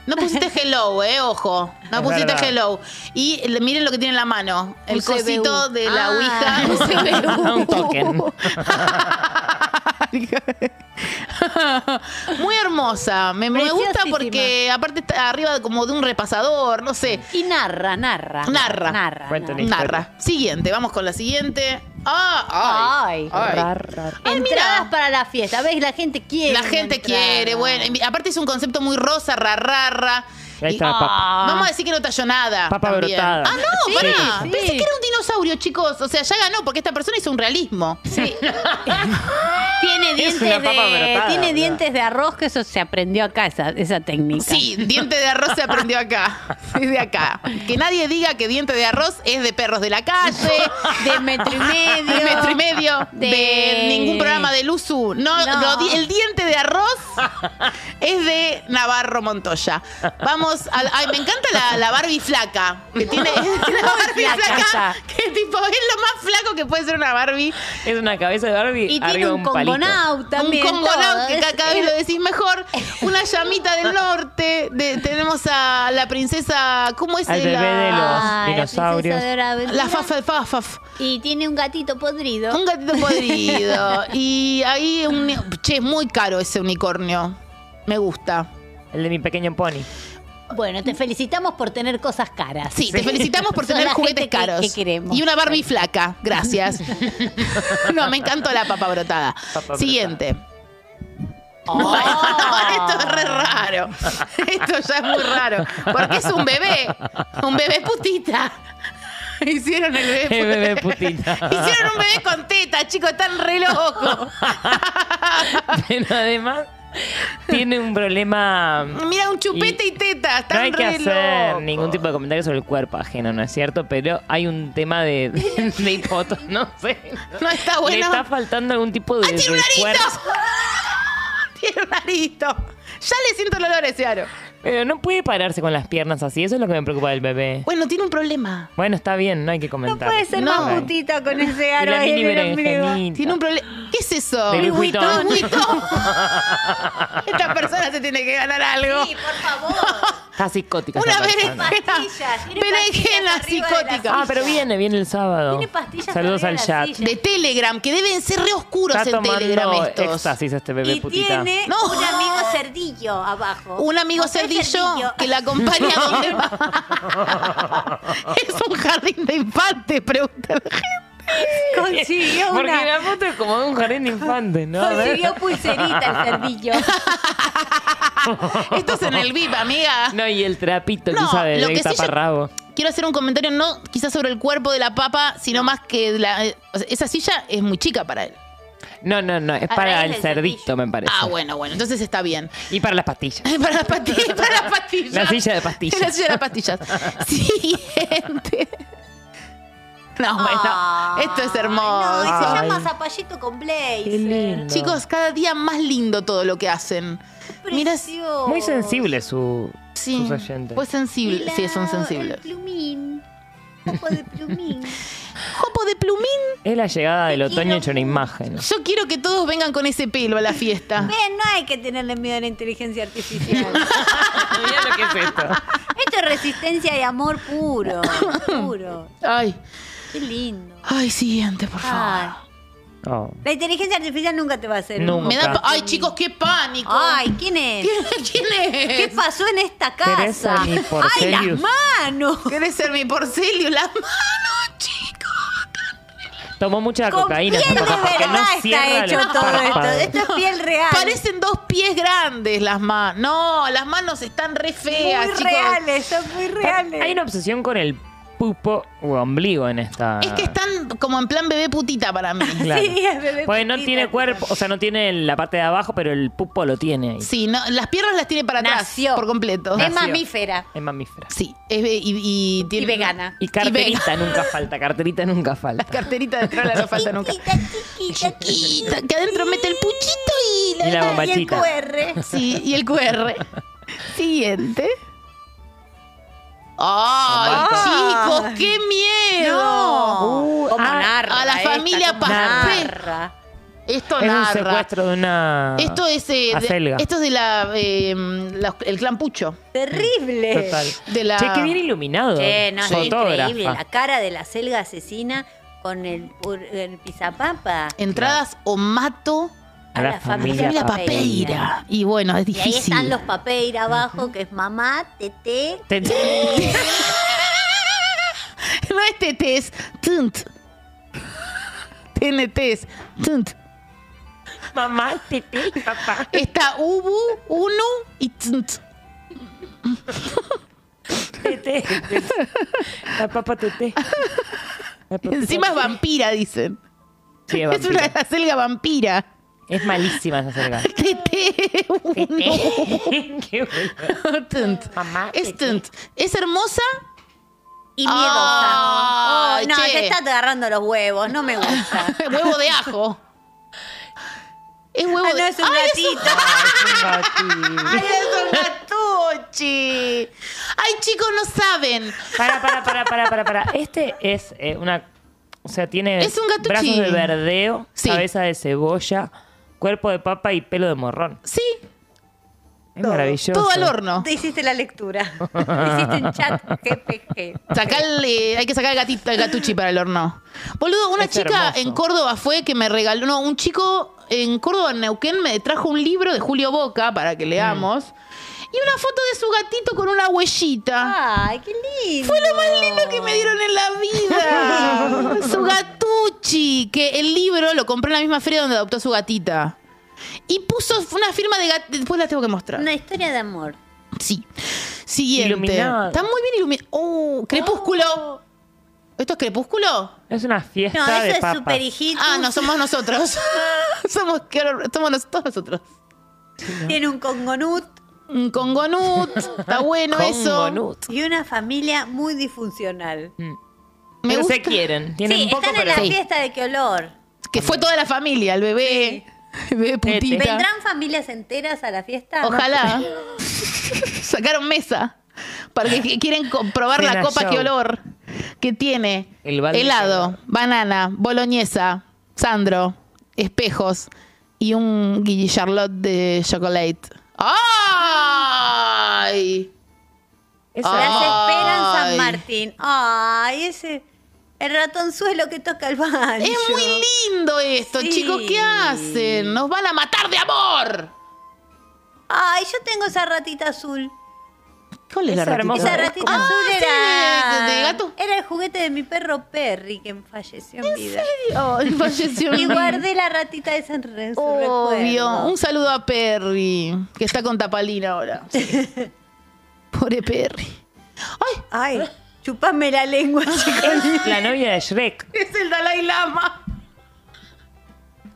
No pusiste hello, eh, ojo. No Es pusiste verdad. hello. Y le- miren lo que tiene en la mano. El Un CBU. cosito de la Ah, Ouija. un Un token. Muy hermosa. Me, me gusta Preciosísima. porque aparte está arriba como de un repasador, no sé. Y narra, narra. Narra. Narra. Cuenta la narra. historia. Narra. Siguiente, vamos con la siguiente. Ah, Ay. ay. ay. Rar, rar. Ay, mira. Entradas para la fiesta. ¿Ves? La gente quiere. La una gente entrada. quiere, bueno. y Aparte es un concepto muy rosa, rarrarra. Ahí está la papa. ah, Vamos a decir que no talló nada. Papa también. brotada. Ah, no, Sí, pará. Ah. sí. Pensé que era un dinosaurio. augurio, chicos. O sea, ya ganó porque esta persona hizo un realismo. Sí. Tiene Es dientes, una papa de, brotada, tiene boluda. dientes de arroz, que eso se aprendió acá, esa, esa técnica. Sí, diente de arroz se aprendió acá. Es de acá. Que nadie diga que diente de arroz es de perros de la calle, de metro y medio. De metro y medio. De, De- ningún programa del USU. No, No. lo di- el diente de arroz es de Navarro Montoya. Vamos al- Ay, me encanta la, la Barbie flaca. Que tiene. La Barbie Flaca. flaca. Que tipo es lo más flaco que puede ser una Barbie. Es una cabeza de Barbie Y arriba tiene de un, palito. congonaut también. Un todo. congonaut, que Es- ca- cada vez lo decís mejor. Una llamita del norte. De- tenemos a la princesa. ¿Cómo es Al la- bebé de los Ah, la dinosaurios. princesa de Bravura. La fafa, fafaf. Y tiene un gatito podrido. Un gatito podrido. y ahí un. Che, es muy caro ese unicornio. Me gusta. El de mi pequeño pony. Bueno, te felicitamos por tener cosas caras. Sí, te felicitamos por Son tener la juguetes gente que- caros. que queremos. Y una Barbie flaca. Gracias. no, me encantó la papa brotada. brotada. Siguiente. Oh. Ah. Esto es re raro. Esto ya es muy raro. Porque es un bebé. Un bebé putita. Hicieron el bebé El bebé putita. putita. Hicieron un bebé con teta, chicos. Están re locos. Pero además tiene un problema. No Mira, un chupete y, teta. Están hay que re hacer locos. ningún tipo de comentario sobre el cuerpo ajeno, ¿no es cierto? Pero hay un tema de, de, de hipoto- no sé. No está Le Ah, bueno. está faltando algún tipo de. ¡Tiene un de arito! cuerpo. Tiene un arito. Ya le siento el olor a ese aro. Pero Eh, no puede pararse con las piernas así, eso es lo que me preocupa del bebé. Bueno, tiene un problema. Bueno, está bien, no hay que comentar. Puede ser más Ay. putita con ese Y aro la ahí mini en el ombligo. berenjenita. Tiene un problema. ¿Qué es eso? De Luis Luis Vuitton. Luis Vuitton. Esta persona se tiene que ganar algo. Sí, por favor. Está psicótica. Una esa persona. berenjena. Pastillas, tiene Berenjena pastillas arriba de la psicótica. Ah, pero viene, viene el sábado. Tiene pastillas Saludos arriba al de la chat. silla. De Telegram, que deben ser re oscuros Está en Telegram tomando estos. éxtasis este bebé Y putita. tiene No. un amigo cerdillo abajo. Un amigo José cerdillo, que la acompaña donde va. es un jardín de infantes, pregunta la gente. consiguió Porque una... la foto es como de un jardín de infantes, ¿no? A ver. Consiguió pulserita el cerdillo. Esto es en el VIP, amiga. No, y el trapito No, que usa de lo que de sí yo- taparrabo. Quiero hacer un comentario, no quizás sobre el cuerpo de la papa, sino más que la, eh, o sea, esa silla es muy chica para él. No, no, no, es A para raíz el del cerdito, me parece. Ah, bueno, bueno, entonces está bien. Y para las pastillas. Para las pastillas. Para las pastillas. La silla de pastillas. La silla de las pastillas. Siguiente. No, Ah, bueno, esto es No, hermoso. Ah, y se Ay. llama zapallito con Qué blazer. lindo. Chicos, cada día más lindo todo lo que hacen. Mira, Precioso. Muy sensible su, sí. sus oyentes. Pues sensible. Mirá, Sí, son sensibles. El plumín. Un poco de plumín. Jopo de plumín. es la llegada del Te otoño quiero hecho una imagen. Yo quiero que todos vengan con ese pelo a la fiesta. Ven, no hay que tenerle miedo a la inteligencia artificial. Mirá lo que es esto. Esto es resistencia y amor puro. Puro. Ay, Qué lindo. ay, siguiente, por Ay, favor. Oh, la inteligencia artificial nunca te va a hacer. Nunca. un- Me da pa- ay, chicos, qué pánico. Ay, ¿quién es? ¿Quién es? ¿Qué pasó en esta Teresa casa? ni ¡Ay, las Porcelius. manos! ¿Querés ser mi porcelio? Las manos, chicos. Tomó mucha Con piel cocaína. de esta verdad papá, porque no está cierra hecho los todo esto. párpados. Esto es piel real. Parecen dos pies grandes las manos. No, las manos están re muy feas, chicos. reales, son muy reales. Hay una obsesión con el pupo o ombligo en esta. Es que están como en plan bebé putita para mí. Claro. Sí, es bebé Pues no putita. tiene cuerpo, o sea, no tiene la parte de abajo, pero el pupo lo tiene ahí. Sí, no, las piernas las tiene para atrás Nació. por completo. Es mamífera Es mamífera. Sí, es ve- y, y tiene- y vegana. Y carterita vegana. nunca falta, carterita nunca falta. Carterita de trola no falta nunca. Chiquita, chiquita, chiquita. Que adentro mete el puchito y Y la... la Y el bombachita. QR. Sí, y el QR. Siguiente. ¡Ay, Oh chicos! ¡Qué miedo! Como ah, narra Uh, a la esta, familia como Paspe. narra. Esto Es un narra. secuestro de una. Esto es, eh, Ah, de, acelga. esto es de la, eh, la- el clan Pucho. Terrible. Total. De la... Che, qué bien iluminado. Che, Eh, no, es Fotógrafa. increíble. La cara de la selga asesina con el, pur- el pisapapa. Entradas o mato A la familia familia Papeira. Papeira. Y bueno, es Y ahí difícil. están los papeira abajo, que es mamá, tete. Te- No es TTs. Tunt. TNTs. Tunt. Mamá, tete, papá. Está Ubu, Unu y Tunt. Tete. La papa tete. Encima es vampira, dicen. Sí, es es una vampira. acelga vampira. Es malísima esa selva. Ah. Tunt. Es tunt. Es hermosa. Y miedosa. Ah, Oh, no, che. te estás agarrando los huevos, no me gusta. huevo de ajo. Es huevo Ah, de no, es un Ay, gatito. Ay, es un gatuchi. Ay, chicos, no saben. Para, para, para, para, para, para. Este es eh, una. O sea, tiene Es un gatuchi. brazos de verdeo, Sí. cabeza de cebolla, cuerpo de papa y pelo de morrón. Sí. Es maravilloso. Te hiciste la lectura. hiciste en chat GPG. Sacarle, hay que sacar el gatito, el gatuchi para el horno. Boludo, una Es chica hermoso. en Córdoba fue que me regaló, no, un chico en Córdoba, en Neuquén, me trajo un libro de Julio Boca para que leamos. Mm. Y una foto de su gatito con una huellita. ¡Ay, qué lindo! Fue lo más lindo que me dieron en la vida. su gatuchi, que el libro lo compré en la misma feria donde adoptó su gatita. Y puso una firma de gatito. Después la tengo que mostrar. Una historia de amor. Sí. Siguiente. Iluminado. Está muy bien iluminado. ¡Oh! ¡Crepúsculo! ¿Esto es crepúsculo? Es una fiesta No, eso de es papas. super Ah, no, somos nosotros. somos qué horror- somos nos- todos nosotros. Tiene un congonut. Un congonut. Está bueno Congonut. eso. Y una familia muy disfuncional. Me Pero se quieren. Tienen sí, un poco, están en pero. la fiesta de qué olor. Que fue toda la familia, el bebé. El bebé Este, putita. ¿Vendrán familias enteras a la fiesta? Ojalá. Sacaron mesa. Para que que quieren comprobar la Cena copa show. que olor que tiene. El balde Helado, banana, boloñesa, sandro, espejos y un guille charlotte de chocolate. ¡Ay! Las esperan San Martín. Ay, ese. El ratonzuelo que toca el baño. Es muy lindo esto, Sí. chicos. ¿Qué hacen? Nos van a matar de amor. Ay, yo tengo esa ratita azul. ¿Cuál es la Esa ratita? hermosa- Esa ratita Ah, azul sí, era. de- de gato. Era el juguete de mi perro Perry que falleció en, vida. serio? oh, Falleció en Y vida. guardé la ratita de San Ren, su Obvio. recuerdo. Un saludo a Perry, que está con Tapalina ahora. Pobre Perry. Ay, chupame la lengua, chicos. La novia de Shrek. Es el Dalai Lama.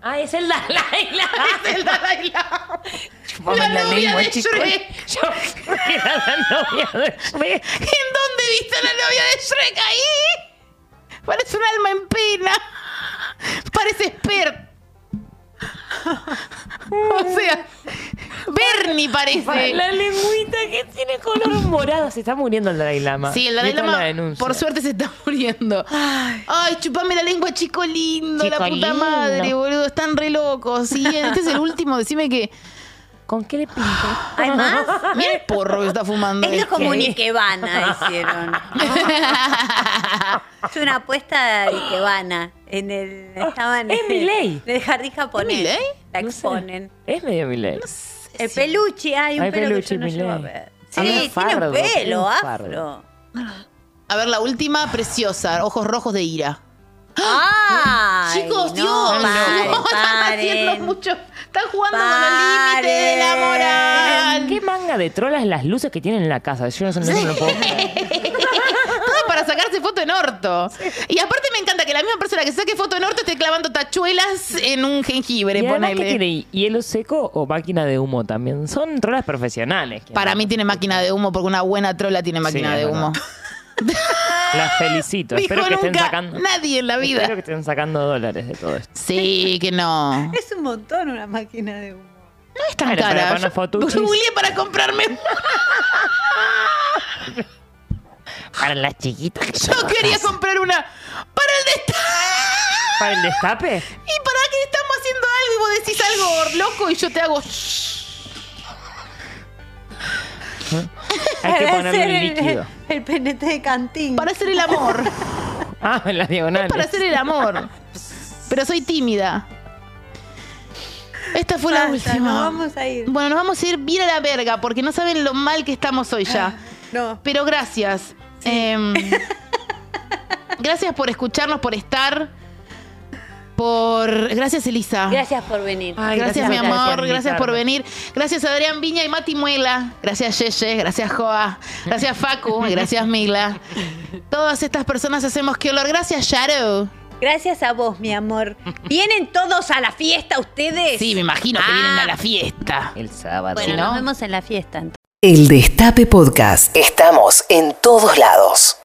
Ah, es el Dalai Lama. Es el Dalai Lama. Chupame la, la novia lengua, eh. de chicos. Shrek. Yo era la novia de Shrek. ¿En dónde viste a la novia de Shrek ahí? Parece un alma en pena. Parece Esper. O sea, Bernie parece. La lengüita que tiene color morado. Se está muriendo el Dalai Lama. Sí, el Y Dalai esta es la Lama, denuncia. por suerte, se está muriendo. Ay, chupame la lengua, chico lindo, Chico la puta lindo. madre, boludo. Están re locos. Sí, este es el último. Decime que. ¿Con qué le pinta? ¿Hay más? Mira el porro que está fumando. Esto es como un Este. Ikebana, hicieron. es una apuesta de Ikebana. En el, estaban Es Milei. En el jardín japonés. ¿Es ¿eh? Milei? La No sé. exponen. Es medio Milei. El peluche, hay un Hay pelo peluche, que yo no llego a Milei. ver. Sí, Habla tiene fardo, un pelo, tiene un afro. fardo. A ver, la última, preciosa. Ojos rojos de ira. ¡Ay! Chicos, no, Dios. paren, no, están haciendo paren. mucho. Están jugando con el Paren. límite de la moral. ¿Qué manga de trolas las luces que tienen en la casa? Yo no sé, no, sé, no lo puedo creer. Todo para sacarse foto en orto. Y aparte me encanta que la misma persona que se saque foto en orto esté clavando tachuelas en un jengibre, Y además, ¿qué ponele. tiene? ¿Hielo seco o máquina de humo también? Son trolas profesionales. que Para mí tiene máquina de humo, porque una buena trola tiene máquina es de verdad. humo. Las felicito. Dijo Espero que estén nunca sacando. nadie en la vida. Espero que estén sacando dólares de todo esto. Sí, que no. No Es un montón una máquina de humo. es tan Bueno, pero cara. para Yo unos fotuchis. googleé para comprarme. Para las chiquitas. que Yo son quería bajas. comprar una para el destape. ¿Para el destape? ¿Y para qué estamos haciendo algo? Y vos decís algo loco y yo te hago. shh. Hay que Para ponerle hacer el líquido. El, el penete de cantín. Para hacer el amor. Ah, en las diagonales. para hacer el amor. Pero soy tímida. Esta fue la Basta, última. nos vamos a ir. Bueno, nos vamos a ir bien a la verga porque no saben lo mal que estamos hoy Ah, ya. No. Pero gracias. Em, gracias por escucharnos, por estar, por. Gracias, Elisa. Gracias por venir. gracias, mi amor, gracias por venir. Gracias Adrián Viña y Mati Muela. Gracias Yeye, gracias Joa, gracias Facu, y gracias Mila. Todas estas personas hacemos que olor. Gracias Yaro. Gracias a vos, mi amor. ¿Vienen todos a la fiesta ustedes? Sí, me imagino que vienen a la fiesta. El sábado. Bueno, nos vemos en la fiesta. entonces. El Destape Podcast. Estamos en todos lados.